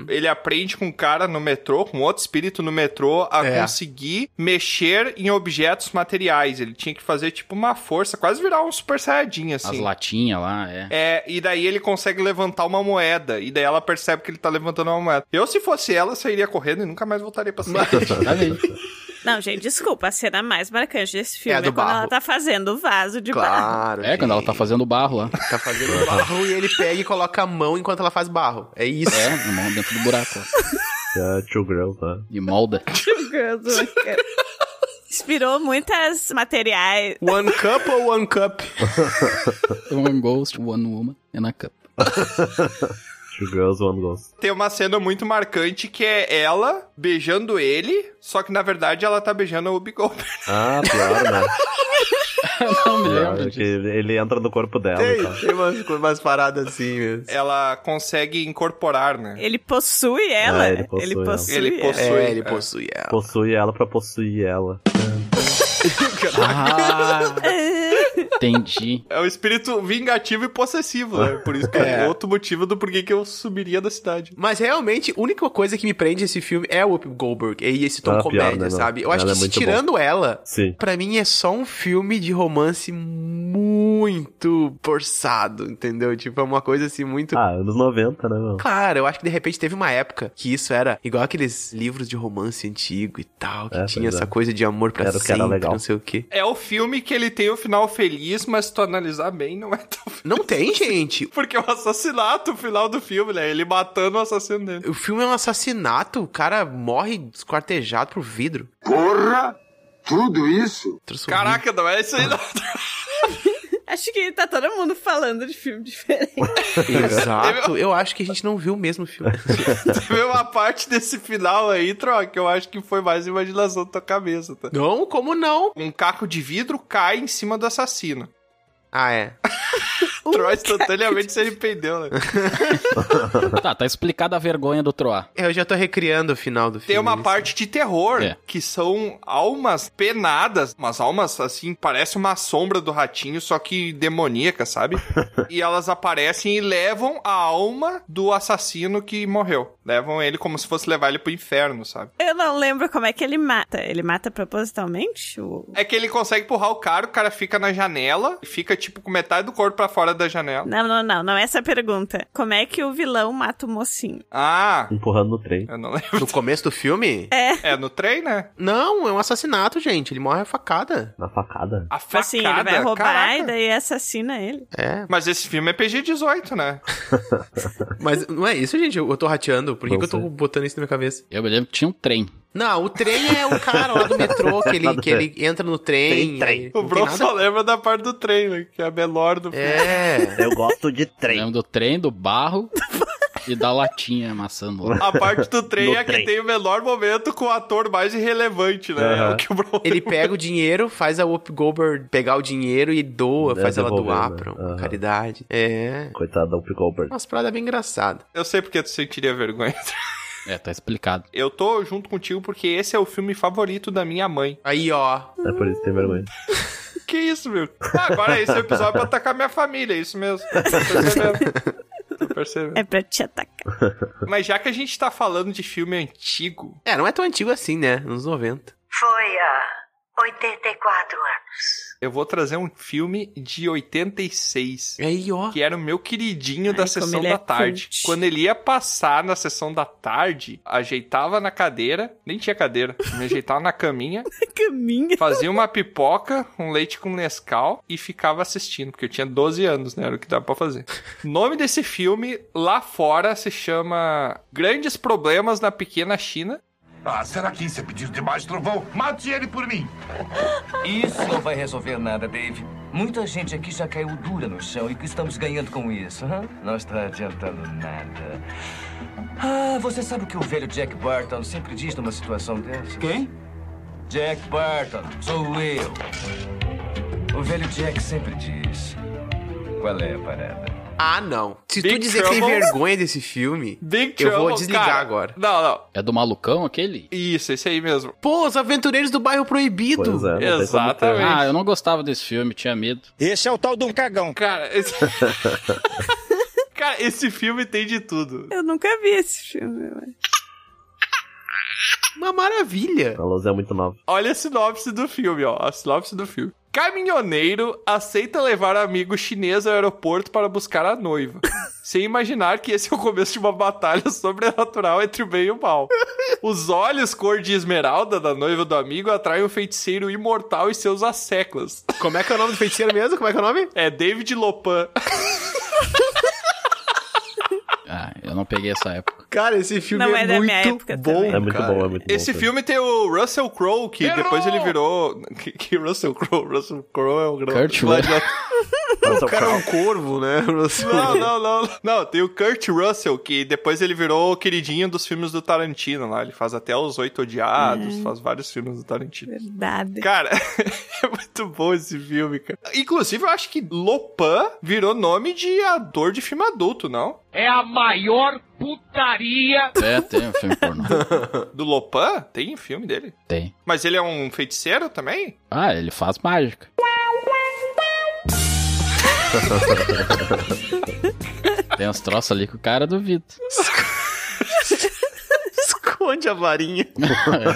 S3: Ele aprende com um cara no metrô, com outro espírito no metrô, a
S2: É.
S3: conseguir mexer em objetos materiais. Ele tinha que fazer tipo uma força, quase virar um super saiyajin,
S1: As
S3: assim.
S1: latinhas lá, é.
S3: É, e daí ele consegue levantar uma moeda. E daí ela percebe que ele tá levantando uma moeda. Eu, se fosse ela, sairia correndo e nunca mais voltaria pra cena.
S1: Olha aí.
S6: Não, gente, desculpa. A cena mais marcante desse filme
S2: É
S6: é,
S2: a do
S6: quando
S2: barro.
S6: ela tá fazendo o vaso de barro.
S2: Claro.
S1: É, quando ela
S2: gente.
S1: tá fazendo o barro lá.
S2: Tá fazendo barro e ele pega e coloca a mão enquanto ela faz barro. É isso.
S1: É, no mão dentro do buraco. ó.
S4: É, Two Girls, né?
S1: E molda.
S6: Inspirou muitas materiais.
S2: É. One cup ou one cup?
S1: One um Ghost, One Woman, é na cup.
S4: Two Girls, One Ghost.
S3: Tem uma cena muito marcante que é ela beijando ele, só que na verdade ela tá beijando o Bigode.
S4: Ah, claro, né?
S1: Não me
S4: Claro,
S1: lembro
S4: que
S1: disso.
S4: ele entra no corpo dela e
S2: Tem,
S4: tal.
S2: tem umas, umas paradas assim mesmo.
S3: Ela consegue incorporar, né?
S6: Ele possui ela.
S4: É, ele possui
S6: ele
S4: ela.
S6: possui
S3: Ele
S6: ela.
S3: possui.
S2: É, ele possui ela.
S4: Possui ela pra possuir ela.
S1: Ah, entendi.
S3: É o espírito vingativo e possessivo, né? Por isso que é, outro motivo do porquê que eu subiria da cidade.
S2: Mas realmente, a única coisa que me prende esse filme é o Whoopi Goldberg e esse tom
S4: Ah, pior,
S2: comédia,
S4: né, não?
S2: sabe? Eu acho que
S4: Ela é
S2: se
S4: muito
S2: tirando ela,
S4: Sim.
S2: pra mim é só um filme de romance muito forçado, entendeu? Tipo, é uma coisa assim muito.
S4: Ah, anos 90, né, meu?
S2: Claro, eu acho que de repente teve uma época que isso era igual aqueles livros de romance antigo e tal, que
S4: É,
S2: tinha
S4: pois é.
S2: essa coisa de amor pra
S4: Era o que era
S2: sempre,
S4: legal.
S2: não sei o quê.
S3: É o filme que ele tem o final feliz, mas se tu analisar bem, não é tão feliz.
S2: Não tem, gente.
S3: Porque é o assassinato, o final do filme, né? Ele matando o assassino dele.
S2: O filme é um assassinato, o cara morre desquartejado pro vidro.
S9: Porra! Tudo isso?
S2: Trouxe um
S3: Caraca, não é isso aí, não.
S6: Acho que tá todo mundo falando de filme diferente.
S2: Exato. Eu acho que a gente não viu o mesmo filme.
S3: Teve uma parte desse final aí, troca, que eu acho que foi mais imaginação da tua cabeça, tá?
S2: não, como não?
S3: Um caco de vidro cai em cima do assassino.
S2: Ah, é.
S3: Troy instantaneamente se arrependeu, né?
S1: Tá, tá explicada a vergonha do Troá.
S2: Eu já tô recriando o final do filme. né?
S3: Tem uma
S2: isso.
S3: parte de terror,
S1: É.
S3: que são almas penadas, umas almas assim, parece uma sombra do ratinho, só que demoníaca, sabe? e elas aparecem e levam a alma do assassino que morreu. Levam ele como se fosse levar ele pro inferno, sabe?
S6: Eu não lembro como é que ele mata. Ele mata propositalmente? O-
S3: É que ele consegue empurrar o cara, o cara fica na janela, e fica tipo com metade do corpo pra fora da janela.
S6: Não, não, não. Não é essa a pergunta. Como é que o vilão mata o mocinho?
S3: Ah,
S4: Empurrando no trem.
S3: eu não lembro.
S2: No começo do filme? É.
S3: É no trem, né?
S2: Não, é um assassinato, gente. Ele morre a facada.
S4: Na facada.
S3: A
S6: Tipo
S3: facada,
S6: assim, ele vai roubar
S3: caraca.
S6: e daí assassina ele.
S2: É.
S3: Mas esse filme é PG-18, né?
S2: Mas não é isso, gente. Eu eu tô rateando. Por que,
S4: Não
S2: que eu tô
S4: sei.
S2: botando isso na minha cabeça?
S1: Eu me lembro que tinha um trem.
S2: Não, o trem é o cara lá do metrô que ele,
S4: Nada
S2: que
S4: a ver.
S2: ele entra no trem.
S4: Tem trem.
S2: aí- não
S3: O
S2: tem
S3: Bron
S2: nada-
S3: só lembra da parte do trem, né? Que é a melhor do filme.
S2: É.
S4: Eu gosto de
S1: Eu
S4: trem.
S1: lembro do trem, do barro e da latinha amassando lá.
S3: A parte do trem
S4: No
S3: é a que
S4: trem.
S3: tem o melhor momento com o ator mais irrelevante, né? É
S4: Aham.
S3: o que o Bron...
S2: Ele pega o dinheiro, faz a Whoop Goldberg pegar o dinheiro e doa,
S4: Deve
S2: faz ela
S4: devolver,
S2: doar
S4: né?
S2: pra uma
S4: Aham.
S2: caridade. É.
S4: Coitado da Whoopi Goldberg.
S2: Umas paradas bem engraçadas.
S3: Eu sei porque tu sentiria vergonha.
S1: É, tá explicado.
S3: Eu tô junto contigo porque esse é o filme favorito da minha mãe.
S2: Aí, ó.
S4: É por isso que tem vergonha.
S3: Que que isso, meu? Ah, agora esse episódio é pra atacar minha família, é isso mesmo. Tô percebendo. Tô percebendo.
S6: É pra te atacar.
S3: Mas já que a gente tá falando de filme antigo.
S2: É, não é tão antigo assim, né? Nos 90.
S11: Foi há 84 anos.
S3: Eu vou trazer um filme de 86.
S2: Aí, ó.
S3: Que era o meu queridinho da
S2: Ai, como
S3: sessão
S2: ele é
S3: da tarde.
S2: cult.
S3: Quando ele ia passar na sessão da tarde, ajeitava na cadeira. Nem tinha cadeira. Me ajeitava na caminha.
S6: caminha.
S3: Fazia uma pipoca, um leite com Nescau e ficava assistindo. Porque eu tinha 12 anos, né? Era o que dava pra fazer. O nome desse filme, lá fora, se chama Grandes Problemas na Pequena China.
S9: Ah, será que isso é pedido demais, Trovão? Mate ele por mim.
S15: Isso não vai resolver nada, Dave. Muita gente aqui já caiu dura no chão e o que estamos ganhando com isso? hã? Não está adiantando nada. Ah, você sabe o que o velho Jack Barton sempre diz numa situação dessa? Quem? Jack Barton, sou eu. O velho Jack sempre diz. Qual é a parada?
S2: Ah, não. Se
S3: Big
S2: tu dizer que tem
S3: Trouble-
S2: vergonha desse filme,
S3: Big
S2: eu vou
S3: Trouble,
S2: desligar
S3: cara.
S2: agora.
S3: Não, não.
S1: É do malucão aquele?
S3: Isso, esse aí mesmo.
S2: Pô, os aventureiros do bairro proibido.
S1: Pois é,
S3: não tem
S2: né?
S3: como Exatamente. ter.
S1: Ah, eu não gostava desse filme, tinha medo.
S3: Esse é o tal do cagão. Cara, esse... Cara, esse filme tem de tudo.
S6: Eu nunca vi esse filme, é ué.
S2: Uma maravilha.
S4: A Luz é muito nova.
S3: Olha a sinopse do filme, ó. A sinopse do filme. Caminhoneiro aceita levar amigo chinês ao aeroporto para buscar a noiva. sem imaginar que esse é o começo de uma batalha sobrenatural entre o bem e o mal. Os olhos cor de esmeralda da noiva do amigo atraem o feiticeiro imortal e seus asseclas.
S2: Como é que é o nome do feiticeiro mesmo? Como é que é o nome?
S3: É David Lopan.
S1: Ah, eu não peguei essa época.
S2: Cara, esse filme
S6: Não
S2: é,
S6: é da
S2: muito
S6: minha época
S2: bom,
S6: também.
S1: É muito
S2: cara.
S1: bom, é muito bom.
S3: Esse filme tem o Russell Crowe, que depois ele virou. Que, que Russell Crowe? Russell Crowe é o grande.
S1: Kurt
S3: gladiador.
S2: O cara é um corvo, né?
S3: Não, não, não. Não, tem o Kurt Russell, que depois ele virou o queridinho dos filmes do Tarantino lá. Ele faz até Os Oito Odiados, faz vários filmes do Tarantino.
S6: Verdade.
S3: Cara, é muito bom esse filme, cara. Inclusive, eu acho que Lopan virou nome de ator de filme adulto, não?
S9: É a maior putaria.
S1: É, tem um filme pornô.
S3: Do Lopan? Tem filme dele?
S1: Tem.
S3: Mas ele é um feiticeiro também?
S1: Ah, ele faz mágica. Tem uns troços ali que o cara duvida.
S2: Esconde a varinha.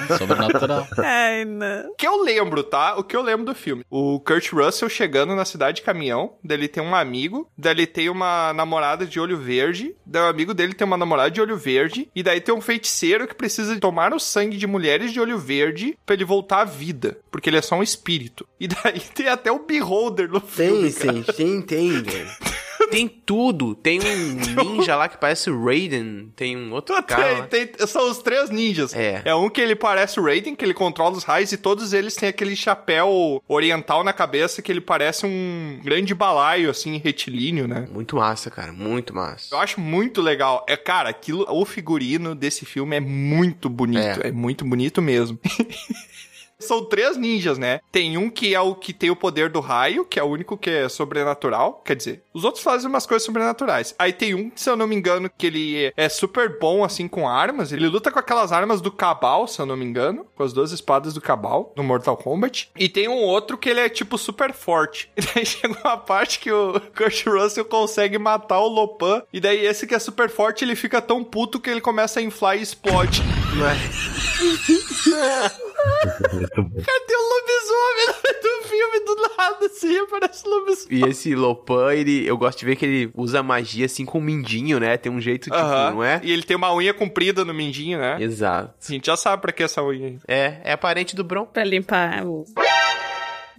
S1: É, Sobrenatural.
S6: Ai, não.
S3: O que eu lembro, tá? O que eu lembro do filme. O Kurt Russell chegando na cidade de caminhão, dele tem um amigo, dele tem uma namorada de olho verde, daí o amigo dele tem uma namorada de olho verde, e daí tem um feiticeiro que precisa tomar o sangue de mulheres de olho verde pra ele voltar à vida, porque ele é só um espírito. E daí tem até o Beholder no
S2: Tem,
S3: filme, cara.
S2: sim, tem, tem, velho. Tem tudo. Tem um ninja lá que parece o Raiden. Tem um outro cara. lá.
S3: Tem- tem- são os três ninjas.
S2: É.
S3: É um que ele parece o Raiden, que ele controla os raios, e todos eles têm aquele chapéu oriental na cabeça que ele parece um grande balaio, assim, retilíneo, né?
S2: Muito massa, cara. Muito massa.
S3: Eu acho muito legal. É, cara, aquilo, o figurino desse filme é muito bonito. É, muito bonito mesmo. São três ninjas, né? Tem um que é o que tem o poder do raio, que é o único que é sobrenatural. Quer dizer, os outros fazem umas coisas sobrenaturais. Aí tem um, se eu não me engano, que ele é- é super bom, assim, com armas. Ele luta com aquelas armas do Cabal, se eu não me engano. Com as duas espadas do Cabal, no Mortal Kombat. E tem um outro que ele é, tipo, super forte. E daí chega uma parte que o Kurt Russell consegue matar o Lopan. E daí esse que é super forte, ele fica tão puto que ele começa a inflar e explode. Cadê o um lobisomem no meio do filme do nada, assim, aparece o lobisomem.
S2: E esse Lopan, ele, eu gosto de ver que ele usa magia assim com o mindinho, né? Tem um jeito, tipo,
S3: Aham.
S2: não é?
S3: E ele tem uma unha comprida no mindinho, né?
S2: Exato.
S3: A gente já sabe pra que essa unha. aí.
S2: É, é parente do Bron.
S6: Pra limpar o...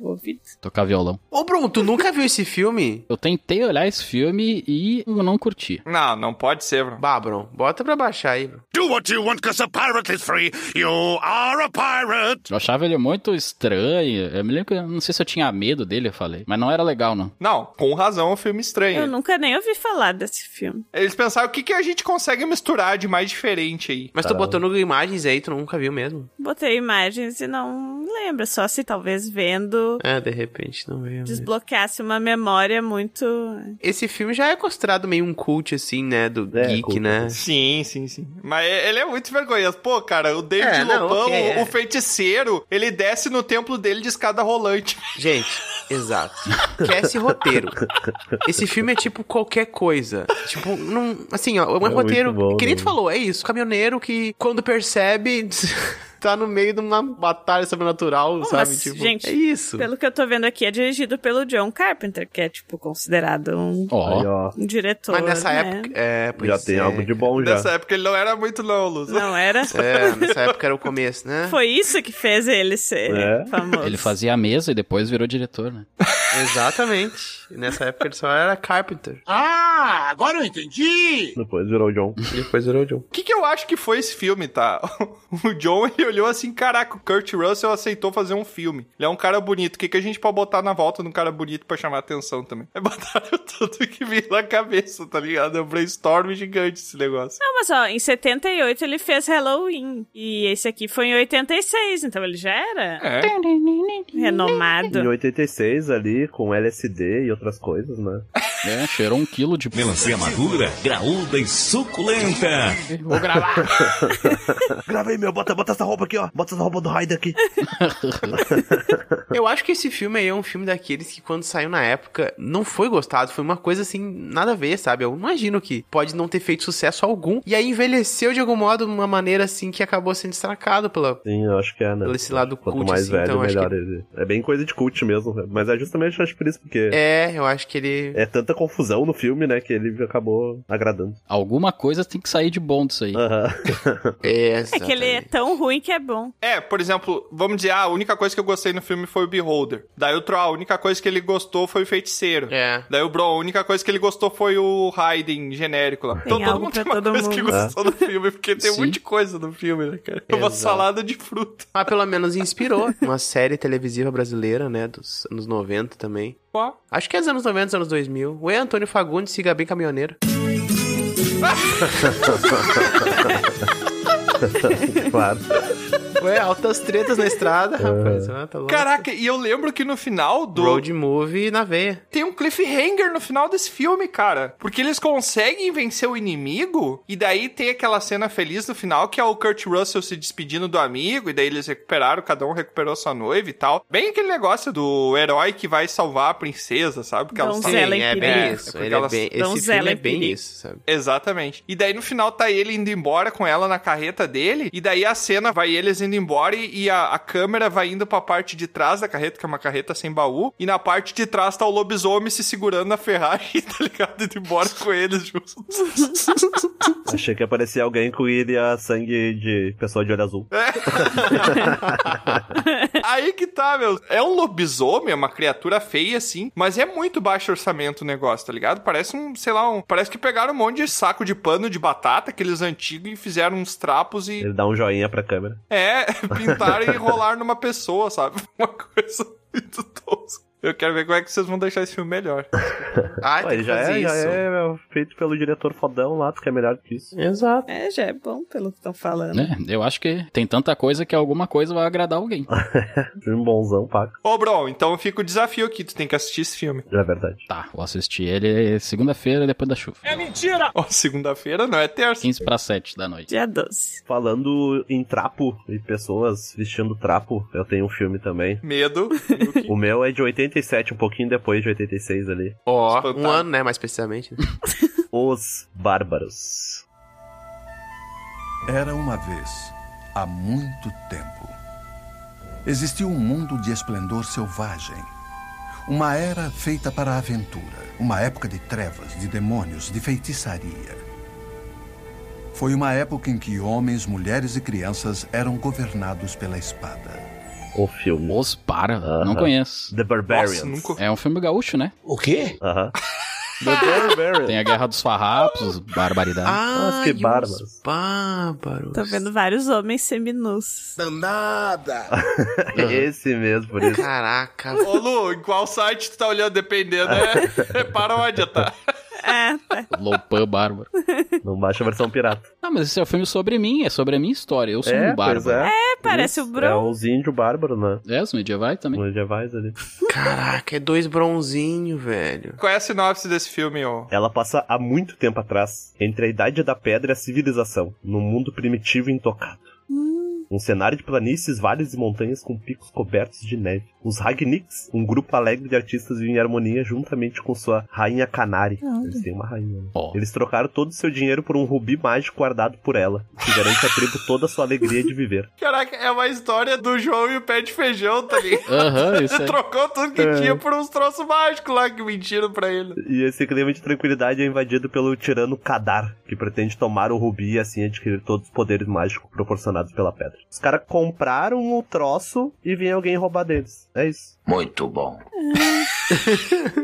S6: o ouvido.
S1: Tocar violão.
S2: Ô, Bron, tu nunca viu esse filme?
S1: Eu tentei olhar esse filme e eu não curti.
S3: Não, não pode ser, bro.
S2: Bah, Bron, bota pra baixar aí. Bron.
S14: Do what you want, cause a pirate is free. You are a pirate.
S1: Eu achava ele muito estranho. Eu me lembro que eu não sei se eu tinha medo dele, eu falei. Mas não era legal, não.
S3: Não, com razão é um filme estranho.
S6: Eu nunca nem ouvi falar desse filme.
S3: Eles pensaram o que, que a gente consegue misturar de mais diferente aí.
S2: Mas tu botou no imagens aí, tu nunca viu mesmo?
S6: Botei imagens e não lembro, só se talvez vendo
S2: É, de repente não veio.
S6: né?
S2: mesmo.
S6: desbloqueasse uma memória muito.
S2: Esse filme já é considerado meio um cult, assim, né? Do
S4: É,
S2: geek, né?
S3: Sim,
S4: assim.
S3: sim, sim. Mas ele é muito vergonhoso. Pô, cara, o David
S2: É, não,
S3: Lopão,
S2: ok, é.
S3: o feiticeiro, ele desce no templo dele de escada rolante.
S2: Gente, Exato. Que é esse roteiro. Esse filme é tipo qualquer coisa. Tipo, não, assim, ó, é um
S4: muito
S2: roteiro.
S4: bom,
S2: que nem tu
S4: né?
S2: falou, é isso. Caminhoneiro que quando percebe. Tá no meio de uma batalha sobrenatural, sabe?
S6: Mas,
S2: tipo,
S6: gente,
S2: é isso.
S6: pelo que eu tô vendo aqui, é dirigido pelo John Carpenter, que é, tipo, considerado um,
S4: Aí, ó.
S6: um diretor.
S2: Mas nessa
S6: né?
S2: época. É, pois
S4: Já tem
S2: é.
S4: algo de um- bom já.
S3: Nessa época ele não era muito não, Luz.
S6: Não era?
S2: É, nessa época era o começo, né?
S6: Foi isso que fez ele ser
S1: É.
S6: famoso.
S1: Ele fazia a mesa e depois virou diretor, né?
S2: Exatamente. Nessa época ele só era Carpenter.
S9: Ah, agora eu entendi!
S4: Depois virou o John.
S2: Depois virou o John.
S3: O que, que eu acho que foi esse filme, tá? O John, ele olhou assim, caraca, o Kurt Russell aceitou fazer um filme. Ele é um cara bonito. O que, que a gente pode botar na volta de um cara bonito pra chamar atenção também? É botaram tudo que veio na cabeça, tá ligado? É um brainstorm gigante esse negócio.
S6: Não, mas ó, em 78 ele fez Halloween. E esse aqui foi em 86, então ele já era
S3: É.
S4: Em
S6: renomado.
S4: 86 ali, com LSD e outras coisas, né?
S1: É, cheirou um quilo de
S16: Melancia madura, graúda e suculenta.
S1: Vou gravar.
S4: Gravei meu, bota, bota essa roupa aqui, ó. Bota essa roupa do Raider aqui.
S2: Eu acho que esse filme aí é um filme daqueles que quando saiu na época não foi gostado, foi uma coisa assim, nada a ver, sabe? Eu imagino que pode não ter feito sucesso algum e aí envelheceu de algum modo de uma maneira assim que acabou sendo destacado pela
S4: Sim, eu acho que é, né?
S2: Pelo esse lado
S4: Quanto
S2: cult,
S4: mais
S2: assim,
S4: velho,
S2: então, acho
S4: melhor
S2: que-
S4: ele. É bem coisa de cult mesmo, mas é justamente acho por isso, porque é.
S2: É, eu acho que ele
S4: tanta confusão no filme, né, que ele acabou agradando.
S1: Alguma coisa tem que sair de bom disso
S4: Ah,
S1: aí.
S2: é,
S6: É que ele é tão ruim que é bom.
S3: É, por exemplo, vamos dizer, ah, a única coisa que eu gostei no filme foi o Beholder. Daí o Troll, a única coisa que ele gostou foi o Feiticeiro.
S2: É.
S3: Daí o Bro, a única coisa que ele gostou foi o Raiden genérico lá. então todo
S6: algo
S3: mundo
S6: pra
S3: tem uma
S6: todo
S3: coisa que
S6: mundo.
S3: gostou do filme, porque tem um
S1: Sim.
S3: monte de coisa no filme, né, cara? É uma
S2: Exato.
S3: salada de fruta.
S2: Ah, pelo menos inspirou uma série televisiva brasileira, né, dos anos 90 também.
S3: Ó.
S2: Acho que é dos anos 90, dos anos 2000. Ué, Antônio Fagundes, siga bem caminhoneiro.
S4: claro.
S2: Ué, altas tretas na estrada, rapaz. Ah, tá louco.
S3: Caraca, e eu lembro que no final do.
S2: Road movie na veia.
S3: Tem um cliffhanger no final desse filme, cara. Porque eles conseguem vencer o inimigo, e daí tem aquela cena feliz no final, que é o Kurt Russell se despedindo do amigo, e daí eles recuperaram, cada um recuperou sua noiva e tal. Bem aquele negócio do herói que vai salvar a princesa, sabe? Porque ela
S6: Donzela
S3: sabe-
S6: em
S2: é
S6: perigo.
S2: bem
S3: É,
S2: isso.
S3: porque
S2: Ele é
S3: elas
S2: bem,
S6: dão
S2: esse
S6: zela
S2: filme é
S6: em
S2: bem
S6: perigo.
S2: isso, sabe?
S3: Exatamente. E daí no final tá ele indo embora com ela na carreta dele. E daí a cena vai eles indo embora e e a, a câmera vai indo pra parte de trás da carreta, que é uma carreta sem baú. E na parte de trás tá o lobisomem se segurando na Ferrari, tá ligado? Indo embora com eles juntos.
S4: Achei que aparecia alguém com iria sangue de pessoa de olho azul.
S3: É. Aí que tá, meu. É um lobisomem, é uma criatura feia, assim, mas é muito baixo orçamento o negócio, tá ligado? Parece um, sei lá, um. Parece que pegaram um monte de saco de pano de batata, aqueles antigos, e fizeram uns trapos e.
S4: Ele dá um joinha pra câmera.
S3: É, pintar e enrolar numa pessoa, sabe? Uma coisa muito tosca. Eu quero ver como é que vocês vão deixar esse filme melhor.
S2: Ah,
S4: Pô,
S2: tem
S4: ele
S2: que
S4: já
S2: fazer
S4: é, já
S2: isso.
S4: é meu, feito pelo diretor fodão lá, tu que é melhor que isso.
S2: Exato.
S6: É, já é bom pelo que estão falando.
S1: Né? Eu acho que tem tanta coisa que alguma coisa vai agradar alguém.
S4: Filme bonzão, paco.
S3: Ô, Bron, então fica o desafio aqui, tu tem que assistir esse filme.
S4: É verdade.
S1: Tá, vou assistir ele segunda-feira depois da chuva.
S6: É
S3: Ó, segunda-feira não é terça.
S1: 15 para 7 da noite.
S6: Dia 12.
S4: Falando em trapo e pessoas vestindo trapo, eu tenho um filme também.
S3: Medo.
S4: O meu é de 87, um pouquinho depois de 86 ali.
S2: Ó,
S3: Espantado.
S2: um ano, né, mais precisamente. né?
S4: Os Bárbaros.
S12: Era uma vez, há muito tempo, existiu um mundo de esplendor selvagem. Uma era feita para a aventura, uma época de trevas, de demônios, de feitiçaria. Foi uma época em que homens, mulheres e crianças eram governados pela espada.
S4: O filme.
S1: Os para,
S4: Aham.
S1: não conheço.
S4: The Barbarians.
S3: Nossa, nunca.
S1: É um filme gaúcho, né?
S7: O quê?
S4: Aham. The Barbarians.
S1: Tem a Guerra dos Farrapos, barbaridade.
S2: Ah,
S4: que
S6: um
S2: e os
S4: bárbaros.
S2: bárbaros.
S6: Tô vendo vários homens seminus.
S9: Danada!
S4: É Esse mesmo, por isso.
S2: Caraca.
S3: Ô, Lu, em qual site tu tá olhando? Dependendo, é, é paródia, tá?
S1: Loupan bárbaro.
S4: Não baixa a versão pirata.
S1: Ah, mas esse é um filme sobre mim, é sobre a minha história. Eu sou um
S4: pois
S1: bárbaro.
S4: É,
S6: parece o Bron.
S4: É os índios bárbaros, né?
S1: É, os medievais também.
S4: Medievais ali.
S2: Caraca, é dois bronzinho, velho.
S3: Qual é a sinopse desse filme, ó?
S4: Ela passa há muito tempo atrás, entre a Idade da Pedra e a Civilização, num mundo primitivo e intocado. Um cenário de planícies, vales e montanhas com picos cobertos de neve. Os Ragniks, um grupo alegre de artistas vivem em harmonia juntamente com sua rainha Canari.
S17: Não.
S4: Eles têm uma rainha. né? Eles trocaram todo o seu dinheiro por um rubi mágico guardado por ela, que garante à tribo toda a sua alegria de viver.
S3: Caraca, é uma história do João e o pé de feijão, tá ligado?
S4: Aham, isso
S3: Ele
S4: aí.
S3: trocou tudo que
S4: É.
S3: tinha por uns troços mágicos lá que mentiram pra ele.
S4: E esse clima de tranquilidade é invadido pelo tirano Kadar, que pretende tomar o rubi e assim adquirir todos os poderes mágicos proporcionados pela pedra. Os caras compraram o troço e vem alguém roubar deles. É isso.
S16: Muito bom.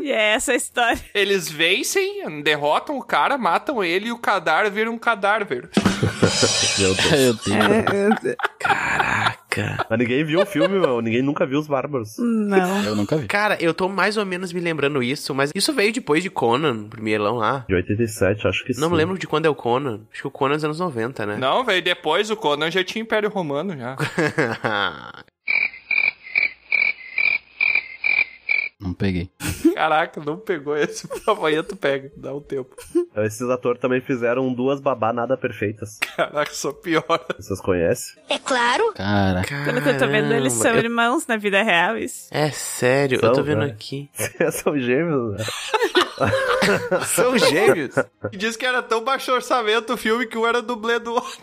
S6: E é essa a história.
S3: Eles vencem, derrotam o cara, matam ele e o Kadar vira um cadáver.
S4: Meu Deus.
S1: Meu
S4: Caraca. Mas ninguém viu o filme, meu. Ninguém nunca viu os bárbaros.
S6: Não.
S1: Eu nunca vi.
S2: Cara, eu tô mais ou menos me lembrando isso, mas isso veio depois de Conan, o primeirão lá.
S4: De 87, acho que sim.
S2: Não me lembro de quando é o Conan. Acho que o Conan é dos anos 90, né?
S3: Não, velho, depois o Conan já tinha Império Romano já.
S1: Não peguei.
S3: Caraca, não pegou esse. Amanhã tu pega, dá um tempo.
S4: Então, Esses atores também fizeram duas babá nada perfeitas.
S3: Caraca, só piora.
S4: Vocês conhecem?
S6: É claro.
S4: Cara.
S6: Pelo que eu tô vendo, eles são
S4: Caramba, eu-
S6: irmãos na vida real, isso.
S2: É sério, eu tô vendo
S4: né?
S2: aqui.
S4: São gêmeos, né?
S2: São gêmeos?
S4: É.
S3: E diz que era tão baixo orçamento o filme que um era dublê do outro.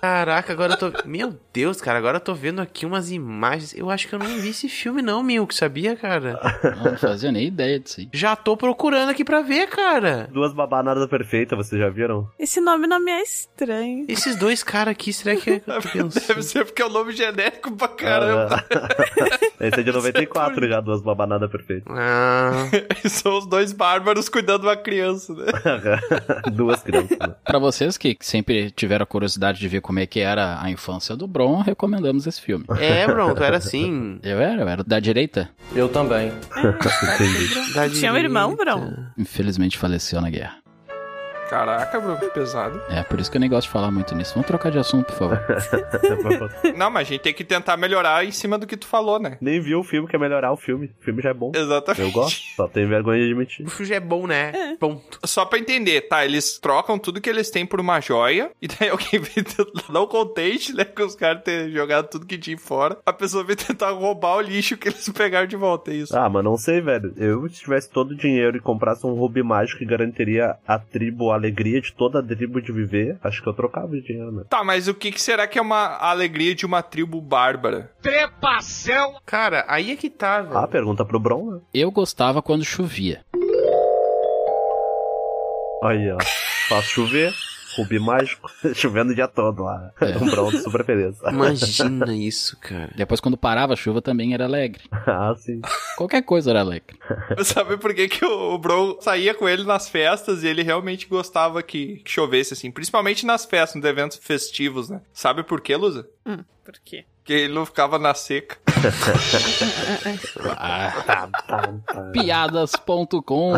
S2: Caraca, agora eu tô. Meu Deus, cara, agora eu tô vendo aqui umas imagens. Eu acho que eu não vi esse filme, não, Milk, sabia, cara?
S1: Não fazia nem ideia disso aí.
S2: Já tô procurando aqui pra ver, cara.
S4: Duas babá nada perfeitas, vocês já viram?
S6: Esse nome não me é estranho.
S2: Esses dois caras aqui, será que.
S3: Deve ser porque é um nome genérico pra caramba.
S4: Ah, Esse é de 94 já, duas babá nada perfeitas.
S2: Ah.
S3: São os dois bárbaros cuidando de uma criança, né?
S4: Duas crianças. né?
S1: Pra vocês que sempre tiveram a curiosidade de ver como é que era a infância do Bron, recomendamos esse filme.
S2: É, Bron, tu era assim.
S1: Eu era, eu era da direita.
S15: Eu também.
S1: Entendi.
S2: Da
S6: Tinha um irmão, Bron.
S1: Infelizmente faleceu na guerra.
S3: Caraca, meu, que pesado.
S1: É, por isso que eu nem gosto de falar muito nisso. Vamos trocar de assunto, por favor.
S4: é
S3: Não, mas a gente tem que tentar melhorar em cima do que tu falou, né?
S4: Nem viu o filme, quer melhorar o filme. O filme já é bom.
S3: Exatamente.
S4: Eu gosto, só tenho vergonha de admitir.
S2: O já é bom, né? Ponto.
S3: Só pra entender, tá? Eles trocam tudo que eles têm por uma joia, e daí alguém vem tentar, não contente, né? Com os caras terem jogado tudo que tinha fora, a pessoa vem tentar roubar o lixo que eles pegaram de volta, é isso.
S4: Ah, mas não sei, velho. Eu, se tivesse todo o dinheiro e comprasse um rubi mágico que garantiria a tribo, a alegria de toda a tribo de viver, acho que eu trocava o dinheiro, né?
S3: Tá, mas o que, que será que é uma alegria de uma tribo bárbara?
S2: Trepação! Cara, aí é que tá, velho.
S4: Ah, pergunta pro Bron, né?
S1: Eu gostava quando chovia.
S4: Aí, ó. Faço chover, rubi mágico, chovendo o dia todo lá.
S1: É.
S4: Um Bron super feliz.
S2: Ah. Imagina isso, cara.
S1: Depois, quando parava a chuva, também era alegre.
S4: Ah, sim.
S1: Qualquer coisa era alegre.
S3: Sabe por que, que o o Bro saía com ele nas festas e ele realmente gostava que, que chovesse, assim? Principalmente nas festas, nos eventos festivos, né? Sabe por quê, Lusa?
S6: Hum, por quê?
S3: Porque ele não ficava na seca.
S1: Piadas.com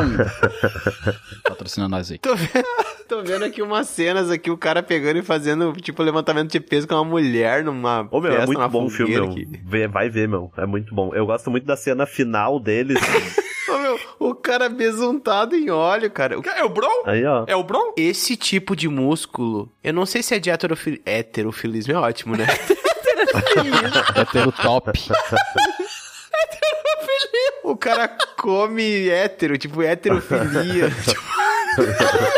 S1: Patrocina nós aí.
S2: Tô vendo aqui umas cenas aqui, o cara pegando e fazendo, tipo, levantamento de peso com uma mulher numa
S4: Ô, meu,
S2: festa,
S4: é muito
S2: numa
S4: bom o filme,
S2: fogueira
S4: meu.
S2: aqui.
S4: Vê- vai ver, meu. É muito bom. Eu gosto muito da cena final assim. deles.
S2: Ô, meu, o cara besuntado em óleo, cara. O...
S3: É o Bron?
S4: Aí, ó.
S3: É o Bron?
S2: Esse tipo de músculo, eu não sei se é de heterofil... heterofilismo, é ótimo, né?
S1: É pelo top.
S2: o cara come hétero, tipo, heterofilia.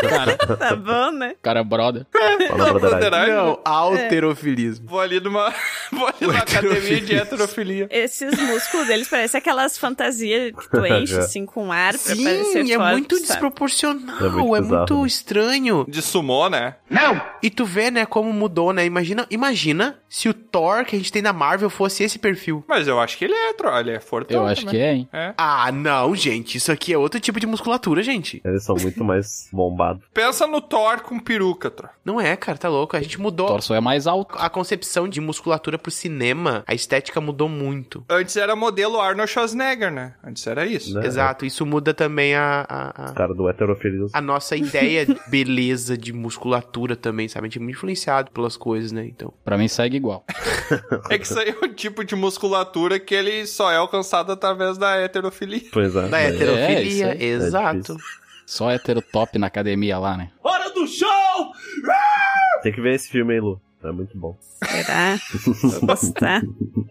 S1: Cara,
S6: Tá bom, né?
S1: cara é brother.
S4: Fala,
S3: brotheragem.
S2: não, alterofilismo.
S3: Vou ali numa, vou ali numa academia de heterofilia.
S6: Esses músculos deles parecem aquelas fantasias que tu enche, assim, com ar pra
S2: Sim,
S6: parecer
S2: é
S6: forte,
S2: muito
S6: sabe?
S2: desproporcional,
S4: É
S2: é
S4: muito
S2: muito,
S4: bizarro, né?
S2: estranho.
S3: De sumô, né?
S2: Não! E tu vê, né, como mudou, né? Imagina, imagina se o Thor que a gente tem na Marvel fosse esse perfil.
S3: Mas eu acho que ele é, tro- ele é fortão.
S1: Eu acho que é, hein?
S3: é.
S2: Ah, não, gente, isso aqui é outro tipo de musculatura, gente.
S4: Eles são muito mais bombados.
S3: Pensa no Thor com peruca, tro.
S2: Não é, cara, tá louco. A gente mudou.
S1: Torso é mais alto.
S2: A concepção de musculatura pro cinema, a estética mudou muito.
S3: Antes era modelo Arnold Schwarzenegger, né? Antes era isso.
S4: Né?
S2: Exato, isso muda também a, a, a-
S4: Cara do heterofilismo.
S2: a nossa ideia de beleza, de musculatura também, sabe? A gente é muito influenciado pelas coisas, né? Então.
S1: Pra mim segue igual.
S3: É que isso aí é um tipo de musculatura que ele só é alcançado através da heterofilia.
S4: Pois é.
S2: Da
S3: Né?
S4: É,
S2: heterofilia,
S1: isso aí.
S2: exato.
S1: Só hétero top na academia lá, né?
S16: Hora do show!
S4: Tem que ver esse filme aí, Lu. É muito bom.
S6: Será? Vou gostar.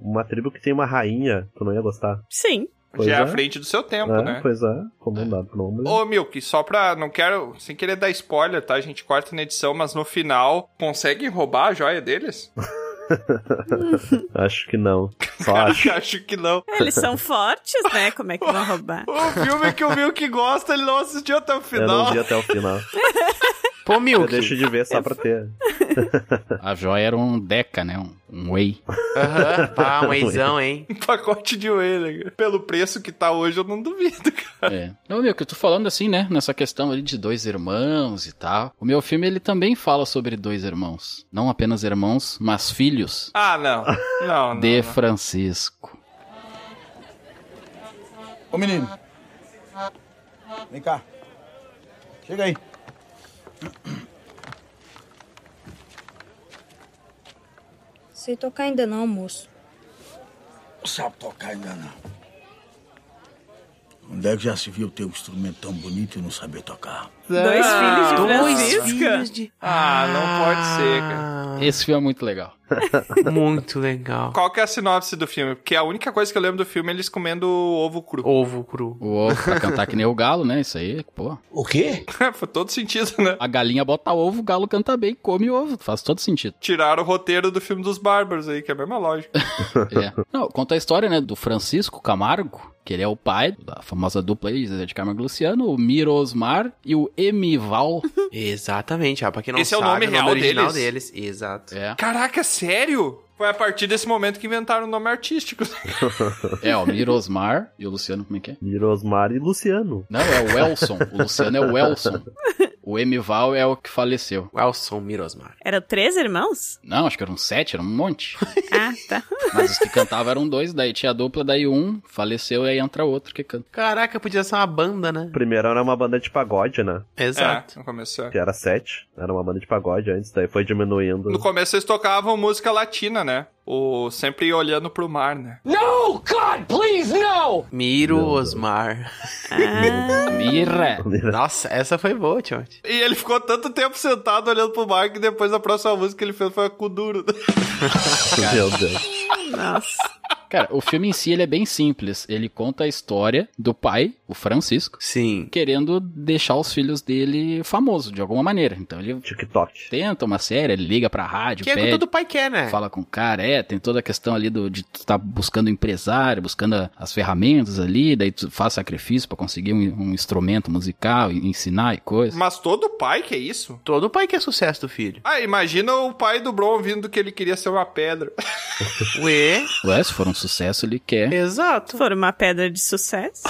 S4: Uma tribo que tem uma rainha, tu não ia gostar?
S6: Sim.
S4: Pois
S3: Já é
S4: é.
S3: à frente do seu tempo,
S4: é,
S3: né?
S4: Pois é, comandado por uma mulher.
S3: Ô, Milk, só pra. Não quero. Sem querer dar spoiler, tá? A gente corta na edição, mas no final, conseguem roubar a joia deles?
S4: acho que não. Só acho.
S3: Acho que não.
S6: Eles são fortes, né? Como é que vão roubar?
S3: O filme que o Milk gosta, ele não assistiu até o
S4: Eu
S3: final.
S4: não vi até o final.
S2: Pô, Milk.
S4: Eu deixo de ver só pra ter.
S1: A joia era um Deca, né? Um, um Whey.
S5: Aham, pá, um eizão, hein?
S3: Um pacote de whey, né? cara? Pelo preço que tá hoje, eu não duvido, cara.
S1: É. Não, meu, que eu tô falando assim, né? Nessa questão ali de dois irmãos e tal. O meu filme, ele também fala sobre dois irmãos. Não apenas irmãos, mas filhos
S3: Ah, não. Não, não.
S1: de Francisco.
S17: Ô menino. Vem cá. Chega aí.
S18: Sei tocar ainda não, moço.
S17: Não sabe tocar ainda não. Onde é que já se viu ter um instrumento tão bonito e não saber tocar?
S3: Dois filhos de Francisca.
S5: de...
S3: Ah, não pode ser, cara.
S1: Esse filme é muito legal.
S5: Ah, Muito legal.
S3: Qual que é a sinopse do filme? Porque a única coisa que eu lembro do filme é eles comendo ovo cru.
S5: Ovo cru.
S1: O ovo pra cantar que nem o galo, né? Isso aí, pô.
S17: O quê?
S3: Foi todo sentido, né?
S1: A galinha bota ovo, o galo canta bem, come o ovo. Faz todo sentido.
S3: Tiraram o roteiro do filme dos Bárbaros aí, que é a mesma lógica.
S1: É. Não, conta a história, né, do Francisco Camargo, que ele é o pai da famosa dupla aí, Zezé de Camargo e Luciano, o Miro Osmar e o Emival.
S5: Exatamente, ah, pra quem não
S3: Esse é o
S5: sabe,
S3: nome real
S5: original
S3: deles?
S5: deles. Exato.
S1: É.
S3: Caraca, sério? Foi a partir desse momento que inventaram o nome artístico.
S1: É, o Miro Osmar e o Luciano, como é que é?
S4: Mirosmar e Luciano.
S1: Não, é o Elson. O Luciano é o Elson. O Emival é o que faleceu.
S5: Elson Mirosmar.
S6: Eram três irmãos?
S1: Não, acho que eram sete, era um monte.
S6: Ah, tá.
S1: Mas os que cantavam eram dois, daí tinha a dupla, daí um faleceu e aí entra outro que canta.
S5: Caraca, podia ser uma banda, né?
S4: Primeiro era uma banda de pagode, né?
S3: É, no começo. é.
S4: Que era sete. Era uma banda de pagode antes, daí foi diminuindo.
S3: No começo eles tocavam música latina, né? O sempre olhando pro mar, né?
S5: No, God, please, no! Miro Osmar.
S6: Ah,
S1: Mirra.
S5: Nossa, essa foi boa, Tiote.
S3: E ele ficou tanto tempo sentado olhando pro mar que depois a próxima música que ele fez foi a Kuduro.
S4: Meu Deus.
S6: Nossa.
S1: Cara, o filme em si ele é bem simples. Ele conta a história do pai, o Francisco.
S5: Sim.
S1: Querendo deixar os filhos dele famoso de alguma maneira. Então ele
S4: TikTok.
S1: tenta uma série, ele liga pra rádio,
S5: Que é o que
S1: pede,
S5: todo pai quer, né?
S1: fala com o cara, é, tem toda a questão ali do, de tu tá buscando empresário, buscando a- as ferramentas ali, daí tu faz sacrifício pra conseguir um, um instrumento musical, e ensinar e coisa.
S3: Mas todo pai que é isso?
S5: Todo pai quer sucesso do filho.
S3: Ah, imagina o pai do Bron vindo que ele queria ser uma pedra.
S5: Ué?
S1: Ué, se for um sucesso, ele quer.
S5: Exato.
S6: Foram uma pedra de sucesso.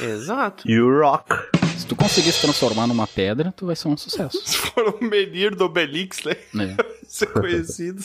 S5: Exato.
S4: E o Rock.
S1: Se tu conseguir se transformar numa pedra, tu vai ser um sucesso.
S3: Se for o menino do Obelix, né?
S1: né?
S3: Ser conhecido.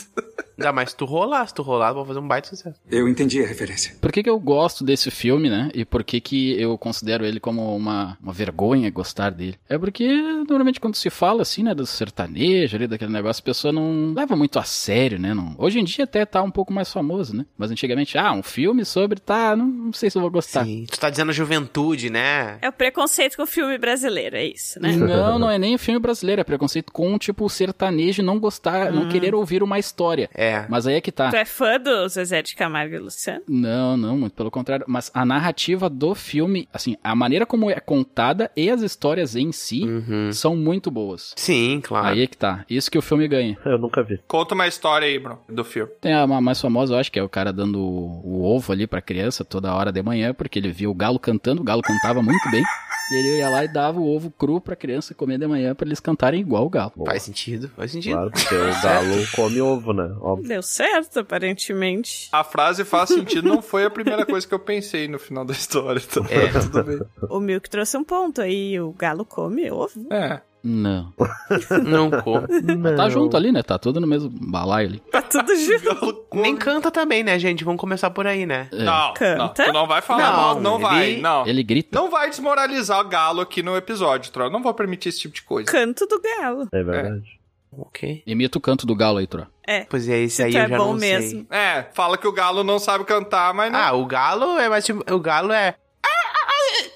S5: Ainda mais se tu rolar, se tu rolar, vai fazer um baita sucesso.
S17: Eu entendi a referência.
S1: Por que, que eu gosto desse filme, né? E por que, que eu considero ele como uma, uma vergonha gostar dele? É porque, normalmente, quando se fala assim, né, do sertanejo, ali, daquele negócio, a pessoa não leva muito a sério, né? Não- Hoje em dia até tá um pouco mais famoso, né? Mas antigamente, ah, um filme sobre, tá, não, não sei se eu vou gostar.
S5: Sim. Tu tá dizendo juventude, né?
S6: É o preconceito com o filme brasileiro, é isso, né?
S1: Não, não é nem filme brasileiro, é preconceito com, tipo, o sertanejo não gostar, não querer ouvir uma história.
S5: É.
S1: Mas aí é que tá.
S6: Tu é fã do Zezé de Camargo e Luciano?
S1: Não, não, muito pelo contrário. Mas a narrativa do filme, assim, a maneira como é contada e as histórias em si
S2: Uhum.
S1: são muito boas.
S5: Uhum. Sim,
S2: Ah.
S5: claro.
S1: Aí é que tá. Isso que o filme ganha.
S4: Eu nunca vi.
S3: Conta uma história aí, Bron, do filme.
S1: Tem a ma- mais famosa, eu acho, que é o cara dando o, o ovo ali pra criança toda hora de manhã, porque ele viu o galo cantando, o galo cantava muito bem. E ele ia lá e dava o ovo cru pra criança comer de manhã pra eles cantarem igual o galo.
S5: Faz sentido, faz sentido.
S4: Claro, porque o galo come ovo, né? Óbvio.
S6: Deu certo, aparentemente.
S3: A frase faz sentido não foi a primeira coisa que eu pensei no final da história. Então,
S5: É.
S3: tá tudo bem.
S6: O Milk trouxe um ponto aí, o galo come ovo.
S3: É.
S1: Não.
S5: Não come.
S1: Mas Tá junto ali, né? Tá tudo no mesmo balaio ali.
S6: Tá tudo junto.
S5: Nem canta também, né, gente? Vamos começar por aí, né?
S3: Não, não,
S6: Canta.
S3: tu não vai falar
S5: Não,
S3: mal, não vai,
S5: ele-
S3: não.
S1: Ele grita.
S3: Não vai desmoralizar o galo aqui no episódio, Troll. Não vou permitir esse tipo de coisa.
S6: Canto do galo.
S4: É verdade.
S5: Ok.
S1: Imita o canto do galo aí, Tro.
S6: É.
S5: Pois é, esse aí
S6: tu
S5: eu
S6: é
S5: já
S6: bom
S5: não sei.
S6: mesmo.
S3: É, fala que o galo não sabe cantar, mas não.
S5: Ah, o galo é mais tipo. O galo é.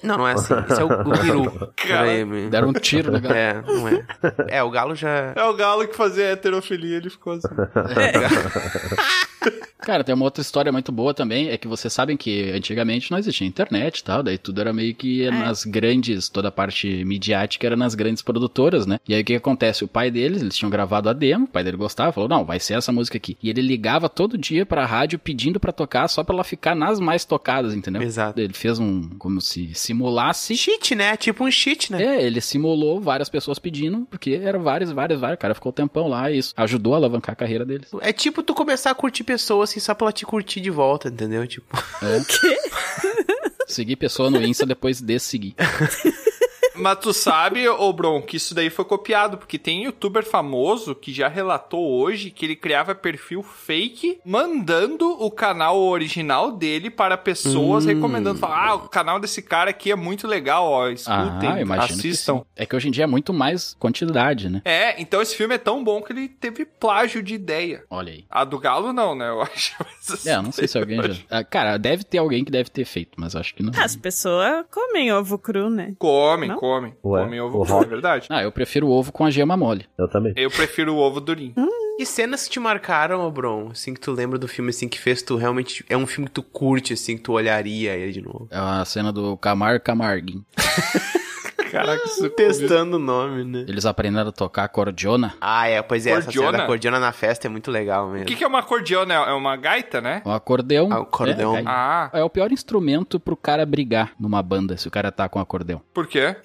S2: Não, não é assim. Esse é o, o peru.
S3: Cara,
S1: deram um tiro no galo.
S2: É, não é. É, o galo já.
S3: É o galo que fazia heterofilia, ele ficou assim.
S1: Cara, tem uma outra história muito boa também, é que vocês sabem que antigamente não existia internet e tal, daí tudo era meio
S2: É.
S1: que nas grandes, toda a parte midiática era nas grandes produtoras, né? E aí o que acontece? O pai deles, eles tinham gravado a demo, o pai dele gostava, falou, não, vai ser essa música aqui. E ele ligava todo dia pra rádio pedindo pra tocar só pra ela ficar nas mais tocadas, entendeu?
S2: Exato.
S1: Ele fez um, como se simulasse...
S2: Cheat, né? Tipo um cheat, né?
S1: É, ele simulou várias pessoas pedindo, porque eram várias, várias, várias. O cara ficou um tempão lá e isso ajudou a alavancar a carreira deles.
S2: É tipo tu começar a curtir pessoas assim só pra ela te curtir de volta, entendeu? Tipo.
S1: É. Seguir pessoa no Insta depois de seguir.
S3: Mas tu sabe, ô Bron, que isso daí foi copiado, porque tem youtuber famoso que já relatou hoje que ele criava perfil fake, mandando o canal original dele para
S1: Hum.
S3: pessoas, recomendando, falar, ah, o canal desse cara aqui é muito legal, ó, escutem,
S1: ah, imagino que
S3: assistam.
S1: sim. é que hoje em dia é muito mais quantidade, né?
S3: É, então esse filme é tão bom que ele teve plágio de ideia.
S1: Olha aí.
S3: A do Galo não, né, eu acho. mas
S1: É, eu não sei se alguém já. Ah, Cara, deve ter alguém que deve ter feito, mas acho que não.
S2: Ah,
S6: As pessoas comem ovo cru, né?
S3: Comem,
S6: Não?
S3: comem.
S4: Ué,
S3: comem
S4: o
S3: ovo cru,
S4: Rock.
S3: é verdade.
S1: Ah, eu prefiro ovo com a gema mole.
S4: Eu também.
S3: Eu prefiro o ovo durinho.
S2: E cenas que te marcaram, ô Bron? Assim que tu lembra do filme, assim, que fez tu realmente. É um filme que tu curte, assim, que tu olharia ele de novo.
S1: É a cena do Camargo Camarguinho.
S3: Caraca, isso é
S2: Testando o nome, né?
S1: Eles aprenderam a tocar cordiona.
S2: Ah, é, pois é, essa cena
S3: Cordiona?
S2: da cordiona na festa é muito legal mesmo.
S3: O que, que é uma cordiona? É uma gaita, né?
S1: O acordeão.
S2: Ah, o acordeão.
S1: É,
S3: Ah,
S1: é o pior instrumento pro cara brigar numa banda, se o cara tá com acordeão.
S3: por quê?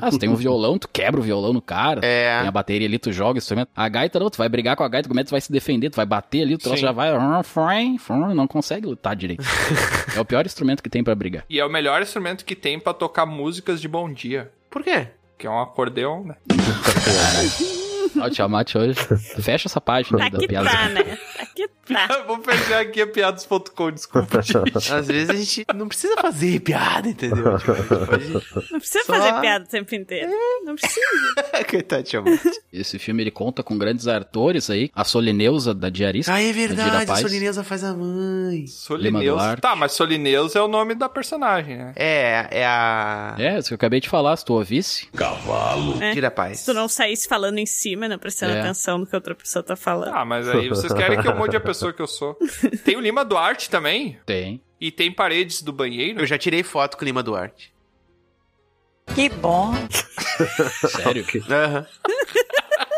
S1: Ah, se tem um violão, tu quebra o violão no cara.
S2: É.
S1: Tem a bateria ali, tu joga o instrumento. A gaita não, tu vai brigar com a gaita, como é que tu vai se defender? Tu vai bater ali, o troço
S3: Sim.
S1: já vai. Não consegue lutar direito. é o pior instrumento que tem pra brigar.
S3: E é o melhor instrumento que tem pra tocar músicas de bom dia,
S2: Por quê?
S3: que é um acordeão, né?
S1: Ó, o Tiamat hoje. Fecha essa página
S6: Tá
S1: aí da
S6: que
S1: piada.
S6: tá, né? Tá que tá.
S3: Vou fechar é aqui a piadas.com, desculpa, gente.
S2: Às vezes a gente não precisa fazer piada, entendeu? Tipo, a gente pode...
S6: Não precisa
S2: Só-
S6: fazer piada o tempo inteiro. Não precisa.
S2: Coitado, te amar.
S1: Esse filme ele conta com grandes atores aí. A Solineusa da diarista. né,
S2: Ah, é
S1: da
S2: verdade,
S1: Dira
S2: a
S1: Paz.
S2: Solineusa faz a mãe.
S1: Lima
S3: Solineus.
S1: Duarte.
S3: Tá, mas Solineus é o nome da personagem, né?
S2: É, é a.
S1: É, isso que eu acabei de falar, se tu ouvisse.
S6: É.
S2: Tira
S6: Se
S2: paz.
S6: tu não saísse falando em cima, não prestando
S1: É.
S6: atenção no que a outra pessoa tá falando.
S3: Ah, mas aí vocês querem que eu mude a pessoa que eu sou. Tem o Lima Duarte também,
S1: Tem.
S3: e tem paredes do banheiro.
S2: Eu já tirei foto com o Lima Duarte.
S19: Que bom.
S1: Sério?
S2: Aham.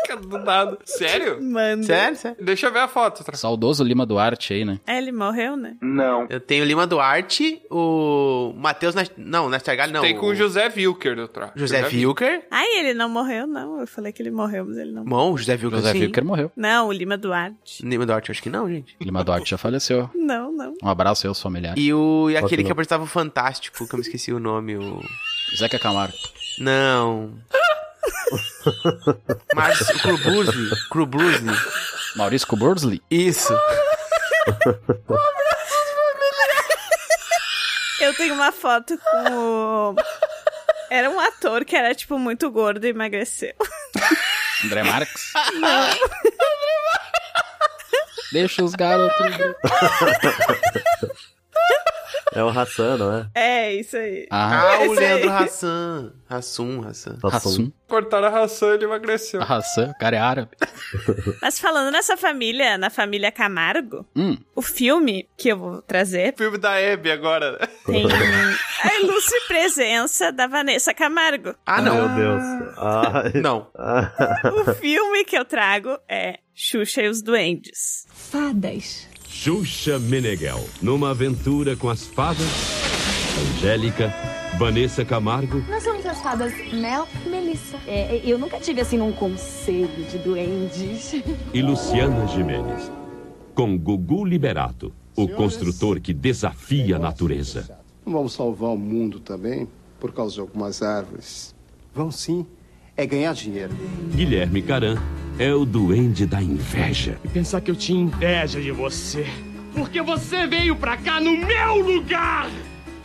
S3: Cara, é Do nada. Sério?
S6: Mano.
S2: Sério, sério.
S3: Deixa eu ver a foto. Tra-
S1: Saudoso Lima Duarte aí, né?
S6: É, ele morreu, né?
S2: Eu tenho o Lima Duarte, o Matheus. Nas... Não, Nastergalho não.
S3: Tem com o José Wilker, do tra...
S2: José Wilker.
S6: Ai, ele não morreu, não. Eu falei que ele morreu, mas ele não morreu.
S2: Bom, José Wilker
S1: José
S2: sim.
S1: Wilker morreu.
S6: Não, o Lima Duarte.
S2: Lima Duarte, eu acho que não, gente.
S1: Lima Duarte já faleceu.
S6: Não, não.
S1: Um abraço aí aos familiares.
S2: E o e aquele
S4: não.
S2: que apresentava o Fantástico, que eu me esqueci o nome, o.
S1: Zeca Camargo.
S2: Não. Márcio Krubuzzi. Krubuzzi.
S1: Maurício Bursley.
S2: Isso.
S6: Eu tenho uma foto com o... Era um ator que era, tipo, muito gordo e emagreceu.
S1: André Marques. Deixa os garotos.
S4: É o Hassan, não é?
S6: É, isso aí.
S1: Ah,
S2: Ah, o
S6: Esse aí.
S2: Leandro Hassan. Hassum, Hassan.
S4: Tá
S1: Hassum.
S3: Cortaram a ração, ele emagreceu.
S1: A Hassan, o cara é árabe.
S6: Tá Mas falando nessa família, na família Camargo,
S1: Hum.
S6: o filme que eu vou trazer
S3: Filme da Hebe agora.
S6: tem a ilustre presença da Vanessa Camargo.
S2: Ah, não.
S4: Meu Deus. Ah,
S2: Não.
S4: ah,
S6: O filme que eu trago é Xuxa e os Duendes.
S19: Fadas.
S12: Xuxa Meneghel, numa aventura com as fadas, Angélica, Vanessa Camargo,
S8: Nós somos as fadas Mel e Melissa. É, eu nunca tive assim um conselho de duendes.
S12: e Luciana Jimenez. Com Gugu Liberato, o construtor que desafia a natureza.
S20: é Não vamos salvar o mundo também por causa de algumas árvores. Vão sim, é ganhar dinheiro.
S12: Guilherme Caran é o duende da inveja.
S21: Pensar que eu tinha inveja de você. Porque você veio pra cá no meu lugar!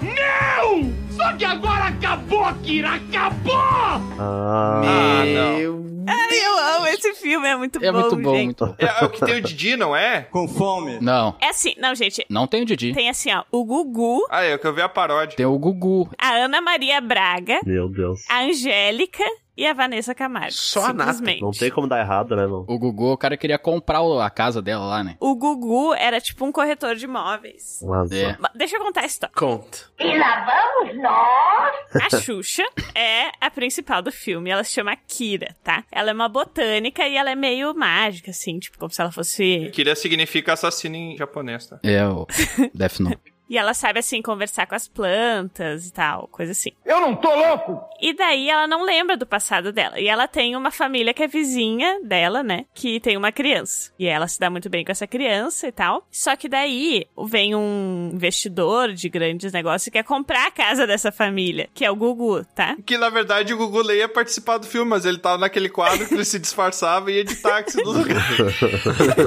S21: Meu! Só que agora acabou, Kira! Acabou!
S4: ah.
S3: Ah, não.
S2: Meu
S6: Eu amo esse filme, é muito
S1: É
S6: bom.
S1: muito bom,
S6: gente.
S1: muito bom.
S3: É, é o que tem o Didi, não é?
S1: Com fome. Não,
S6: É assim, não, gente.
S1: não tem o Didi.
S6: Tem assim, ó, o Gugu,
S3: Ah, é o que eu vi a paródia.
S1: Tem o Gugu.
S6: a Ana Maria Braga,
S4: Meu Deus.
S6: a Angélica e a Vanessa Camargo. Só simplesmente.
S4: Não tem como dar errado, né, não?
S1: O Gugu, o cara queria comprar o- a casa dela lá, né?
S6: O Gugu era tipo um corretor de imóveis.
S1: É.
S6: Ma- Deixa eu contar a história.
S1: Conta.
S6: E lá vamos nós! A Xuxa é a principal do filme. Ela se chama Kira, tá? Ela é uma botânica e ela é meio mágica, assim, tipo, como se ela fosse.
S3: Kira significa assassino em japonês, tá?
S1: É o Death Note.
S6: E ela sabe, assim, conversar com as plantas e tal, coisa assim.
S9: Eu não tô louco!
S6: E daí ela não lembra do passado dela. E ela tem uma família que é vizinha dela, né? Que tem uma criança. E ela se dá muito bem com essa criança e tal. Só que daí vem um investidor de grandes negócios que quer comprar a casa dessa família, que é o Gugu, tá?
S3: Que na verdade o Gugu Lei ia participar do filme, mas ele tava naquele quadro que ele se disfarçava e ia de táxi do lugar.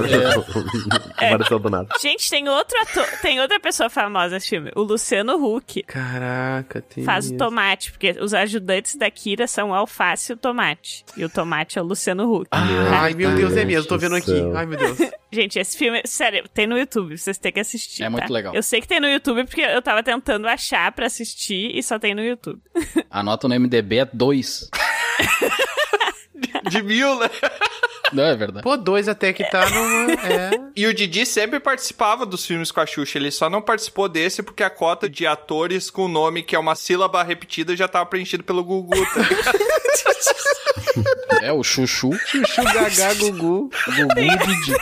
S4: Apareceu do nada.
S6: Gente, tem outro ator, tem outra pessoa famosa nesse filme, o Luciano Huck.
S2: Caraca, tem.
S6: Faz o
S2: isso.
S6: tomate, porque os ajudantes da Kira são o alface e o tomate. E o tomate é o Luciano Huck.
S2: Ai, Ah, meu Deus, é
S6: Deus
S2: mesmo, tô
S6: do
S2: vendo aqui.
S6: céu.
S2: Ai, meu Deus.
S6: Gente, esse filme, sério, tem no YouTube, vocês têm que assistir.
S1: É muito
S6: tá?
S1: legal.
S6: Eu sei que tem no YouTube porque eu tava tentando achar pra assistir e só tem no YouTube.
S1: Anota no MDB é 2.
S3: De mil, né?
S1: Não, é verdade.
S2: Pô, dois até que tá numa. É.
S3: E o Didi sempre participava dos filmes com a Xuxa, ele só não participou desse porque a cota de atores com nome que é uma sílaba repetida já tava preenchida pelo Gugu. Tá? ligado?
S1: É o Chuchu.
S2: Chuchu, Gagá, Gugu.
S1: Gugu e Didi.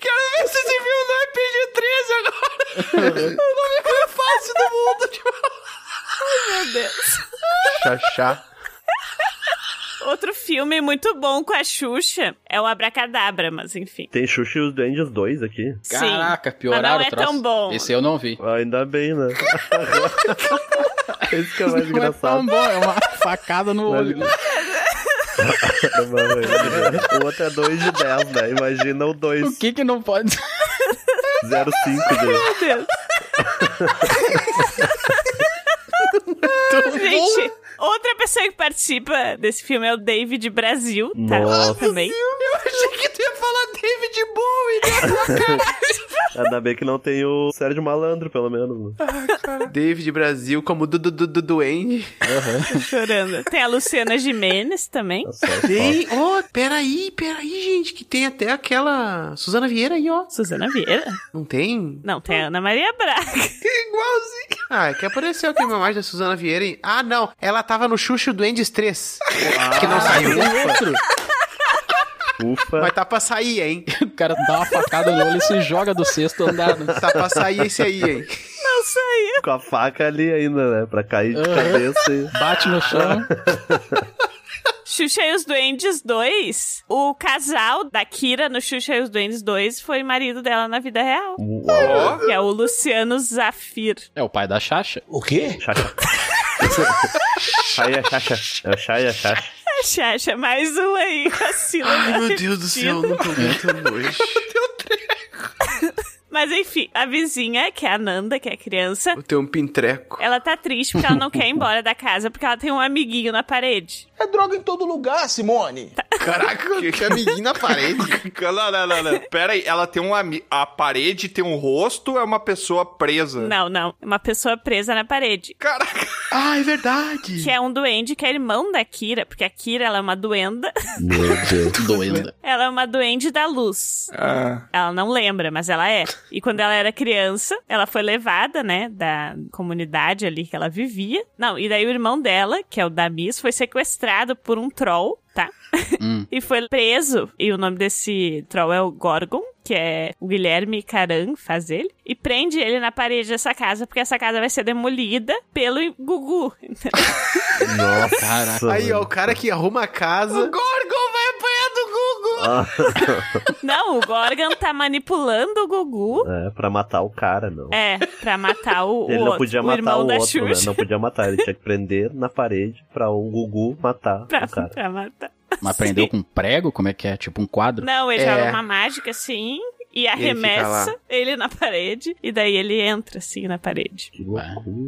S3: Quero ver se esse filme não é PG-13 agora. o
S2: é
S3: nome mais fácil do mundo. tipo.
S6: Ai, meu Deus.
S2: Xaxá.
S6: Outro filme muito bom com a Xuxa é o Abracadabra, mas enfim.
S4: Tem Xuxa e os Duendes 2 aqui.
S6: Sim. Caraca, pioraram Mas não é o troço. tão bom. Esse
S1: eu não vi.
S4: Ainda bem, né? Esse que é o mais engraçado.
S1: bom, é uma facada no olho.
S4: né, o outro é 2 de 10, né? Imagina o 2. O
S1: que que não pode?
S4: 0,5 dele.
S6: Meu Deus. Gente, outra pessoa que participa desse filme é o David Brasil, tá?
S4: Nossa.
S6: Também.
S3: Eu achei que tu ia falar David Bowie, né?
S4: Ainda bem que não tem o Sérgio Malandro, pelo menos. né? Tá
S2: David Brasil como Dudu du, du, Duende.
S6: Tô chorando. Tem a Luciana Jimenez também.
S2: Tem. Ô, peraí, peraí, gente, que tem até aquela. Suzana Vieira aí, ó.
S6: Suzana Vieira?
S2: Não tem?
S6: Não, tem a Ana Maria Braga.
S2: Igualzinho. Ah, é que apareceu aqui uma imagem da Suzana Vieira. Hein? Ah, não. Ela tava no Xuxa Duendes 3. que não saiu.
S4: Ufa.
S2: Mas tá pra sair, hein?
S1: O cara dá uma facada no olho e se joga do sexto andar. né?
S2: Tá pra sair esse aí, hein?
S6: Não saiu.
S4: Com a faca ali ainda, né? Pra cair de cabeça e...
S1: Bate no chão.
S6: Xuxa e os Duendes 2. O casal da Kira no Xuxa e os Duendes 2 foi marido dela na vida real.
S3: Uau.
S6: Que é o Luciano Zafir.
S1: É o pai da Xaxa.
S4: O quê? Chacha. Chaia, chacha. É o Chaia, chacha.
S6: É, Xaxa, mais um aí com a sílaba.
S2: Ai, meu Deus do céu, eu não tô aguentando hoje.
S6: Mas enfim, a vizinha, que é a Nanda, que é criança,
S2: Tem um pintreco.
S6: ela tá triste porque ela não quer ir embora da casa porque ela tem um amiguinho na parede.
S9: É droga em todo lugar, Simone.
S2: Caraca, que amiguinho na parede.
S3: Não, não, não, não. Pera aí, ela tem um ami... A parede tem um rosto, é uma pessoa presa.
S6: Não, não. Uma pessoa presa na parede.
S3: Caraca!
S2: Ah, é verdade!
S6: Que é um duende que é irmão da Kira, porque a Kira ela é uma duenda.
S1: Meu Deus. Doenda.
S6: Ela é uma duende da luz.
S3: Ah.
S6: Ela não lembra, mas ela é. E quando ela era criança, ela foi levada, né, da comunidade ali que ela vivia. Não, e daí o irmão dela, que é o Damis, foi sequestrado por um troll, tá? e foi preso. E o nome desse troll é o Gorgon, que é o Guilherme Caran, faz ele. E prende ele na parede dessa casa, porque essa casa vai ser demolida pelo Gugu.
S4: Nossa.
S1: Caraca.
S2: Aí, ó, o cara que arruma a casa.
S3: Gorgon vai apanhar do Gugu!
S6: não, o Gorgon tá manipulando o Gugu.
S4: É, pra matar o cara, não.
S6: É, pra matar o, o
S4: Ele não
S6: outro,
S4: podia
S6: o
S4: matar
S6: irmão
S4: o
S6: da
S4: outro, né?
S6: Xuxa.
S4: Não podia matar, ele tinha que prender na parede pra o Gugu matar
S6: pra,
S4: o cara.
S6: pra matar.
S1: Mas prendeu com prego? Como é que é? Tipo um quadro?
S6: Não, ele
S1: É.
S6: joga uma mágica assim e
S2: ele fica
S6: arremessa
S2: lá.
S6: ele, na parede. E daí ele entra assim na parede.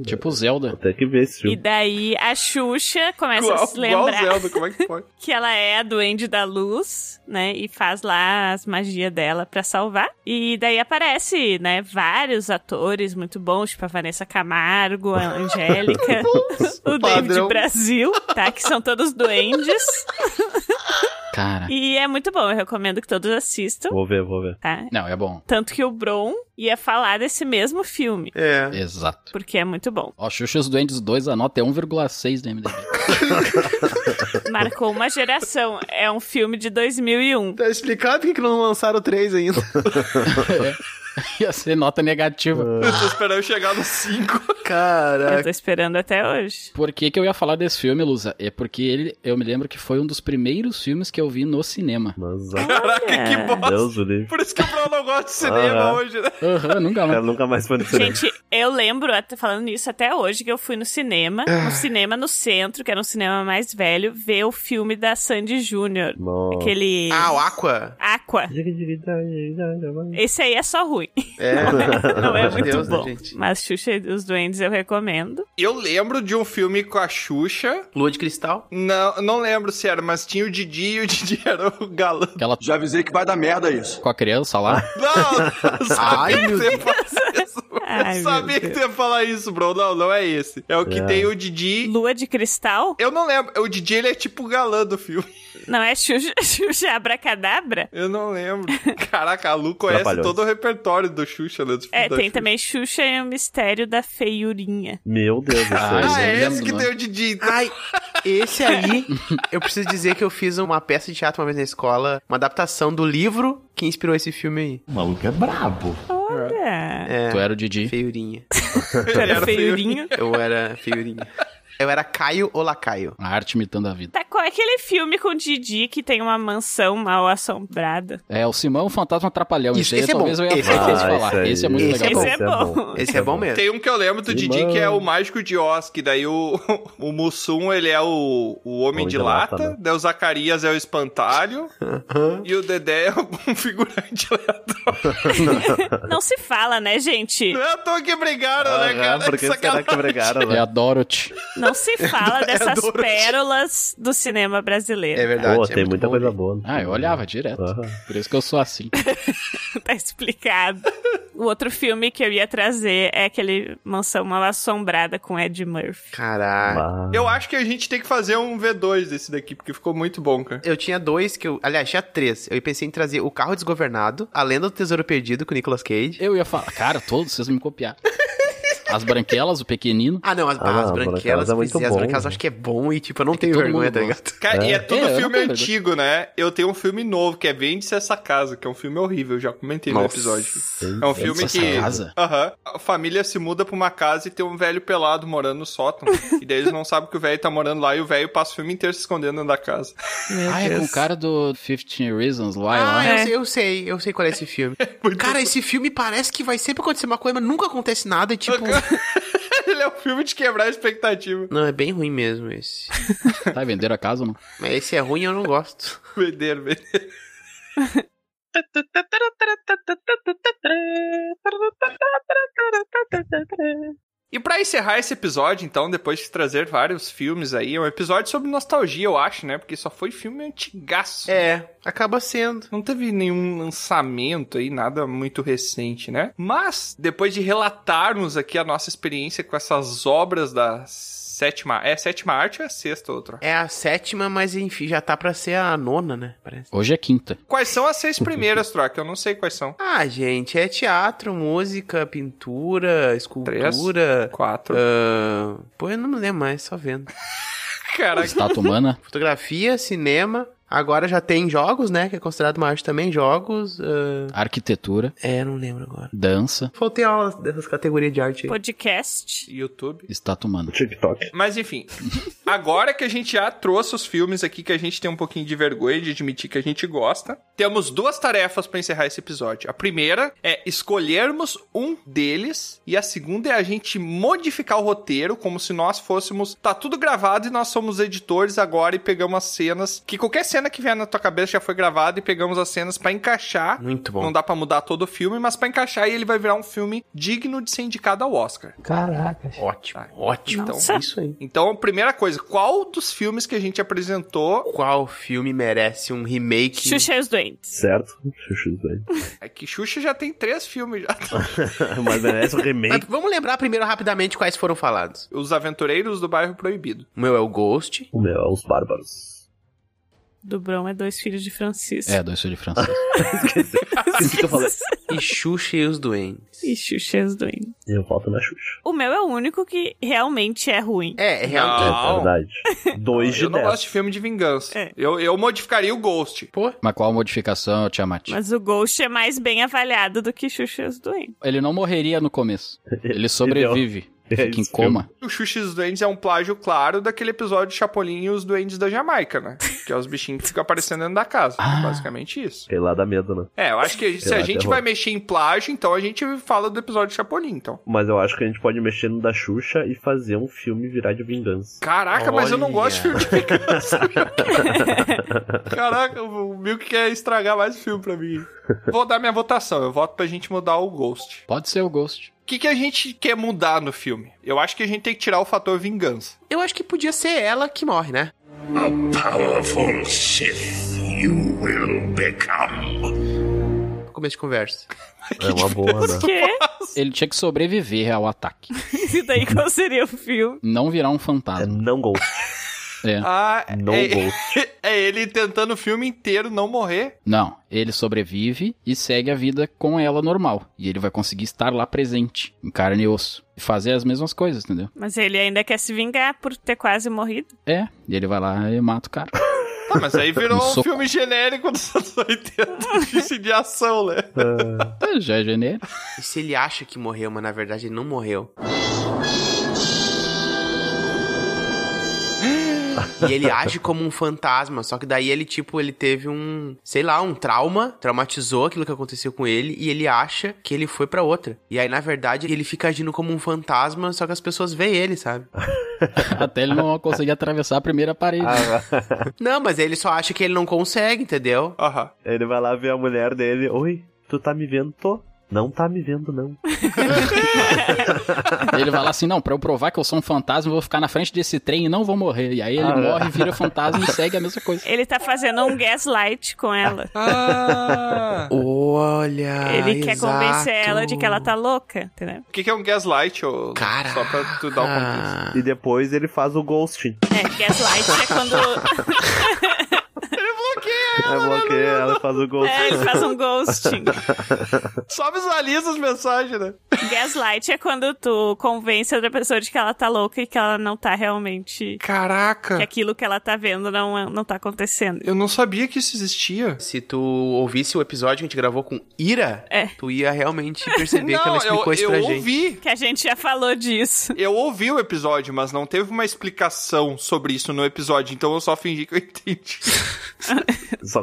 S1: Tipo Zelda. Vou
S4: ter que ver esse
S6: E daí a Xuxa começa a se lembrar
S2: como é que pode?
S6: que ela é a duende da luz, né? E faz lá as magias dela pra salvar. E daí aparece, né, vários atores muito bons, tipo a Vanessa Camargo, a Angélica, o David
S1: padrão.
S6: Brasil, tá? Que são todos duendes.
S1: Cara.
S6: E é muito bom, eu recomendo que todos assistam.
S4: Vou ver, vou ver.
S6: Tá?
S1: Não, é bom.
S6: Tanto que o Bron ia falar desse mesmo filme.
S2: É.
S1: Exato.
S6: Porque é muito bom.
S1: Ó, Xuxa e os Duendes 2, a nota é 1,6 no MDB.
S6: Marcou uma geração. É um filme de 2001.
S2: Tá explicado por que que não lançaram o 3 ainda.
S1: Ia ser nota negativa.
S2: Ah.
S3: Eu tô esperando eu chegar no 5.
S2: Caraca.
S6: Eu tô esperando até hoje.
S1: Por que, que eu ia falar desse filme, Lusa? É porque ele, eu me lembro que foi um dos primeiros filmes que eu vi no cinema.
S3: Caraca,
S6: É.
S3: que bosta.
S4: Deus do livro.
S3: Por isso que o Bruno não gosta de cinema
S4: Aham.
S3: hoje, né?
S1: Aham, nunca mais.
S4: Cara, nunca mais foi no cinema.
S6: Gente, eu lembro, até falando isso até hoje, que eu fui no cinema, no cinema no centro, que era um cinema mais velho, ver o filme da Sandy Júnior. Aquele.
S2: Ah, o Aqua?
S6: Aqua. Esse aí é só ruim.
S2: É.
S6: Não é
S2: Meu
S6: muito
S2: Deus, né,
S6: bom.
S2: gente?
S6: Mas Xuxa e os Duendes eu recomendo.
S3: Eu lembro de um filme com a Xuxa.
S2: Lua de Cristal?
S3: Não, não lembro se era, mas tinha o Didi e o Didi era o galã.
S13: Já avisei que vai dar merda isso.
S1: Com a criança lá.
S3: Ah, Não!
S2: Ai,
S3: sabia que
S2: meu
S3: você ia falar isso.
S6: Ai,
S3: Eu
S6: meu
S3: sabia que
S6: Deus.
S3: tu ia falar isso, bro. Não, não é esse. É o que
S4: É.
S3: tem o Didi.
S6: Lua de Cristal?
S3: Eu não lembro. O Didi, ele é tipo o galã do filme.
S6: Não é Xuxa, Xuxa Abracadabra?
S3: Eu não lembro. Caraca, a Lu conhece
S4: Atrapalhou.
S3: todo o repertório do Xuxa, né? do filme
S6: É,
S3: da
S6: tem
S3: Xuxa.
S6: também Xuxa e o Mistério da Feiurinha.
S4: Meu Deus, esse
S1: Ah,
S4: aí.
S1: isso
S3: Ah,
S1: aí eu
S3: é
S1: lembro
S3: esse
S1: do
S3: que
S1: nome.
S3: tem o Didi.
S2: Ai, esse aí, eu preciso dizer que eu fiz uma peça de teatro uma vez na escola, uma adaptação do livro que inspirou esse filme aí.
S13: O maluco é brabo.
S6: Olha!
S2: É,
S1: Tu era o Didi.
S2: feiurinha.
S6: Tu era feiurinho.
S2: Eu era feiurinha. Eu era Caio ou Lacaio.
S1: A arte imitando a vida.
S6: Tá qual é aquele filme com o Didi que tem uma mansão mal assombrada?
S1: É, o Simão o Fantasma Atrapalhão. Isso,
S2: Isso,
S1: aí
S2: esse é
S1: talvez
S2: bom.
S1: eu ia
S2: Esse é
S1: falar.
S2: bom.
S1: falar.
S4: aí.
S1: Esse é muito
S2: Esse é
S1: legal.
S6: Esse é bom.
S2: Esse é bom mesmo.
S3: Tem um que eu lembro do Didi, que é o Mágico de Oz, que daí o, o Mussum, ele é o, o Homem de, Lata,
S4: né?
S3: daí o Zacarias é o Espantalho, e o Dedé é um figurante aleatório.
S6: Não se fala, né, gente?
S3: Não é à toa que brigaram, né,
S4: Ah,
S3: cara?
S4: por que será que brigaram,
S1: É
S4: né?
S1: a Dorothy.
S6: Não se fala dessas
S2: Dorothy.
S6: pérolas do cinema brasileiro.
S2: É verdade.
S4: Pô,
S2: é
S4: tem
S2: muito
S4: muita
S2: bom
S4: coisa
S2: mesmo.
S4: boa. né?
S1: Ah, eu olhava direto.
S4: Aham.
S1: Por isso que eu sou assim.
S6: Tá explicado. O outro filme que eu ia trazer é aquele Mansão Mal Assombrada com Ed Murphy.
S2: Caraca.
S4: Ah,
S3: Eu acho que a gente tem que fazer um V2 desse daqui, porque ficou muito bom, cara.
S2: Eu tinha dois que eu. Aliás, tinha três. Eu pensei em trazer O Carro Desgovernado, A Lenda do Tesouro Perdido com o Nicolas Cage.
S1: Eu ia falar. Cara, todos vocês vão me copiar. As branquelas, o pequenino.
S2: Ah, não, as,
S4: Ah,
S2: as
S4: não,
S2: branquelas,
S4: Branquelas é muito
S2: pois é, as
S4: bom,
S2: branquelas eu
S4: né?
S2: acho que é bom e, tipo, eu não tenho
S1: todo
S2: vergonha,
S1: mundo
S2: tá ligado?
S3: Cara, e é
S1: É,
S3: tudo
S1: eu não
S3: filme
S1: tenho vergonha.
S3: antigo, né? Eu tenho um filme novo, que é Vende-se Essa Casa, que é um filme horrível, já comentei no
S2: Nossa.
S3: episódio. É um filme
S1: Essa
S3: que.
S1: casa?
S3: Aham. A família se muda pra uma casa e tem um velho pelado morando no sótão. e daí eles não sabem que o velho tá morando lá e o velho passa o filme inteiro se escondendo dentro da casa.
S1: Ah, é com o cara do 15 Reasons Why
S2: Ah,
S1: lá.
S2: eu,
S6: É.
S2: sei, eu sei, eu sei qual é esse filme. Cara, esse filme parece que vai sempre acontecer uma coisa, mas nunca acontece nada, e, tipo...
S3: Ele é um filme de quebrar a expectativa.
S2: Não, é bem ruim mesmo esse.
S1: Tá, venderam a casa ou não?
S2: Mas esse é ruim, eu não gosto.
S3: Vender, vender. E pra encerrar esse episódio, então, depois de trazer vários filmes aí, é um episódio sobre nostalgia, eu acho, né? Porque só foi filme antigaço.
S2: É, acaba sendo.
S3: Não teve nenhum lançamento aí, nada muito recente, né? Mas, depois de relatarmos aqui a nossa experiência com essas obras da sétima. É sétima arte ou é a sexta outra?
S2: É a sétima, mas enfim, já tá pra ser a nona, né? Parece.
S1: Hoje é quinta.
S3: Quais são as seis primeiras, Troca? Eu não sei quais são.
S2: Ah, gente, é teatro, música, pintura, escultura...
S3: Quatro.
S2: ah, pô, eu não me lembro mais, só vendo.
S3: Caraca.
S1: Estátua humana.
S2: Fotografia, cinema. Agora já tem jogos, né? Que é considerado uma arte também. Jogos. ah,
S1: arquitetura,
S2: É, não lembro agora.
S1: dança,
S2: Faltei aula dessas categorias de arte aí.
S6: Podcast.
S3: YouTube.
S1: estátua humana.
S4: TikTok.
S3: Mas enfim, agora que a gente já trouxe os filmes aqui que a gente tem um pouquinho de vergonha de admitir que a gente gosta, temos duas tarefas pra encerrar esse episódio. A primeira é escolhermos um deles e a segunda é a gente modificar o roteiro como se nós fôssemos, tá tudo gravado e nós somos editores agora e pegamos as cenas que qualquer cena cena que vier na tua cabeça já foi gravada e pegamos as cenas pra encaixar.
S2: Muito bom.
S3: Não dá pra mudar todo o filme, mas pra encaixar e ele vai virar um filme digno de ser indicado ao Oscar.
S10: Caracas.
S2: Ótimo, ótimo.
S6: Nossa.
S2: Então, isso aí.
S3: Então, primeira coisa, qual dos filmes que a gente apresentou
S2: Qual filme merece um remake?
S6: Xuxa e os Doentes.
S4: Certo? Xuxa e os Doentes.
S3: É que Xuxa já tem três filmes já.
S4: Mas merece um
S2: Mas
S4: remake.
S2: vamos lembrar primeiro rapidamente quais foram falados.
S3: Os Aventureiros do Bairro Proibido.
S2: O meu é o Ghost.
S4: O meu é Os Bárbaros.
S6: Do Brom é dois filhos de Francisco.
S1: É, dois filhos de francês.
S2: Isso é que eu falei. E Xuxa e os Doentes.
S6: E Xuxa e os Doentes.
S4: Eu volto na Xuxa.
S6: O meu é o único que realmente é ruim.
S2: É, é realmente.
S4: É
S3: Não,
S4: verdade. Dois de
S3: Ah, eu não
S4: dez.
S3: gosto de filme de vingança.
S6: É.
S3: Eu, eu modificaria o Ghost.
S2: Pô,
S1: Mas qual modificação, Tiamat?
S6: Mas o Ghost é mais bem avaliado do que Xuxa e os Doentes.
S1: Ele não morreria no começo. Ele sobrevive. Fica em
S4: esse
S1: coma.
S3: O Xuxa e os Duendes é um plágio claro daquele episódio de Chapolin e os Duendes da Jamaica, né? Que é os bichinhos que ficam aparecendo dentro da casa.
S4: Ah.
S3: Basicamente isso.
S4: Sei lá, dá medo, né?
S3: É, eu acho que se
S4: É,
S3: a gente
S4: terror.
S3: vai mexer em plágio, então a gente fala do episódio de Chapolin, então.
S4: Mas eu acho que a gente pode mexer no da Xuxa e fazer um filme virar de vingança.
S3: Caraca, mas eu não
S2: Olha.
S3: gosto de filme de vingança. Caraca, o Milk quer estragar mais o filme pra mim. Vou dar minha votação, eu voto pra gente mudar o Ghost.
S1: Pode ser o Ghost.
S3: O que, que a gente quer mudar no filme? Eu acho que a gente tem que tirar o fator vingança.
S2: Eu acho que podia ser ela que morre, né?
S9: A powerful Sith you will become.
S2: Começo de conversa.
S4: É uma boa, né?
S6: Que?
S1: Ele tinha que sobreviver ao ataque.
S6: E daí qual seria o filme?
S1: Não virar um
S4: É
S1: fantasma.
S4: não gol.
S1: É.
S3: Ah,
S4: Não
S3: é,
S4: gol.
S3: é ele tentando o filme inteiro não morrer.
S1: Não, ele sobrevive e segue a vida com ela normal. E ele vai conseguir estar lá presente, em carne e osso. E fazer as mesmas coisas, entendeu?
S6: Mas ele ainda quer se vingar por ter quase morrido.
S1: É, e ele vai lá e mata o cara.
S3: Tá, mas aí virou
S1: Um
S3: um,
S1: soco.
S3: filme genérico dos anos 80, difícil de ação, né?
S1: É, Já é genérico.
S2: E se ele acha que morreu, mas na verdade ele não morreu? E ele age como um fantasma, só que daí ele, tipo, ele teve um, sei lá, um trauma, traumatizou aquilo que aconteceu com ele, e ele acha que ele foi pra outra. E aí, na verdade, ele fica agindo como um fantasma, só que as pessoas veem ele, sabe?
S1: Até ele não conseguir atravessar a primeira parede.
S4: Ah,
S2: Não, mas ele só acha que ele não consegue, entendeu?
S3: Aham.
S4: Ele vai lá ver a mulher dele. Oi, tu tá me vendo? Tô. Não tá me vendo, não.
S1: Ele vai lá assim, não, pra eu provar que eu sou um fantasma, eu vou ficar na frente desse trem e não vou morrer. E aí ele
S4: Ah, é.
S1: morre, vira fantasma e segue a mesma coisa.
S6: Ele tá fazendo um gaslight com ela.
S3: Ah!
S2: Olha.
S6: ele
S2: Ah,
S6: quer
S2: exato.
S6: convencer ela de que ela tá louca, entendeu?
S3: O que, que é um gaslight, ô?
S2: Caraca.
S3: Só pra tu dar o contexto.
S4: E depois ele faz o ghosting.
S6: É, gaslight é quando
S4: É
S3: né?
S4: bloqueio, ela faz o ghosting.
S6: é, ele faz um ghosting.
S3: Só visualiza as mensagens, né?
S6: Gaslight é quando tu convence outra pessoa de que ela tá louca e que ela não tá realmente. Que
S3: Caraca,
S6: aquilo que ela tá vendo não, é- não tá acontecendo.
S3: eu não sabia que isso existia.
S2: Se tu ouvisse o episódio que a gente gravou com Ira,
S6: É.
S2: tu ia realmente perceber que ela
S3: não,
S2: explicou
S3: eu,
S2: isso
S3: eu
S2: pra gente.
S3: ouvi.
S6: Que a gente já falou disso.
S3: Eu ouvi o episódio, mas não teve uma explicação sobre isso no episódio, então eu só fingi que eu entendi.
S4: Só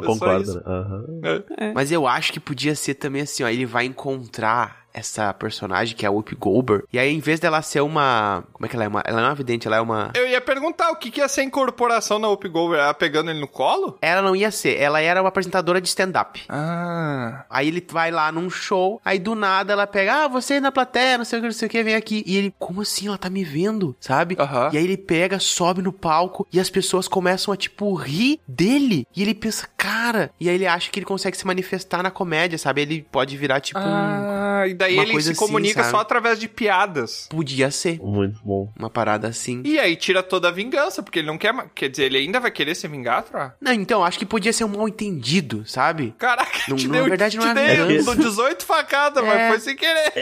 S3: Só
S4: concorda,
S3: É. isso.
S4: né? Aham.
S2: Mas eu acho que podia ser também assim, ó, ele vai encontrar essa personagem que é a Whoopi Goldberg, e aí em vez dela ser uma, como é que ela é uma, ela não é uma vidente, ela é uma
S3: Eu ia perguntar o que, que ia ser a incorporação na Upgover, É ela pegando ele no colo?
S2: ela não ia ser, ela era uma apresentadora de stand-up.
S3: Ah.
S2: Aí ele vai lá num show, aí do nada ela pega, ah, você aí na plateia, não sei o que, não sei o que, vem aqui. E ele, como assim? Ela tá me vendo, sabe?
S3: Aham.
S2: E aí ele pega, sobe no palco e as pessoas começam a, tipo, rir dele. E ele pensa, cara. E aí ele acha que ele consegue se manifestar na comédia, sabe? Ele pode virar, tipo, um.
S3: Ah, e daí
S2: uma
S3: ele
S2: coisa
S3: se
S2: assim,
S3: comunica
S2: sabe?
S3: só através de piadas.
S2: Podia ser
S4: Muito bom.
S2: uma parada assim.
S3: E aí tira toda a vingança, porque ele não quer. ma- Quer dizer, ele ainda vai querer se vingar, Troá?
S2: Não, então, acho que podia ser um mal entendido, sabe?
S3: Caraca,
S2: Não-
S3: te
S2: não,
S3: dei,
S2: na verdade,
S3: te
S2: não é
S3: dei
S4: vingança.
S3: 18 facadas,
S2: É.
S3: mas foi sem querer.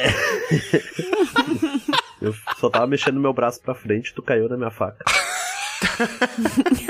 S4: Eu só tava mexendo meu braço pra frente e tu caiu na minha faca.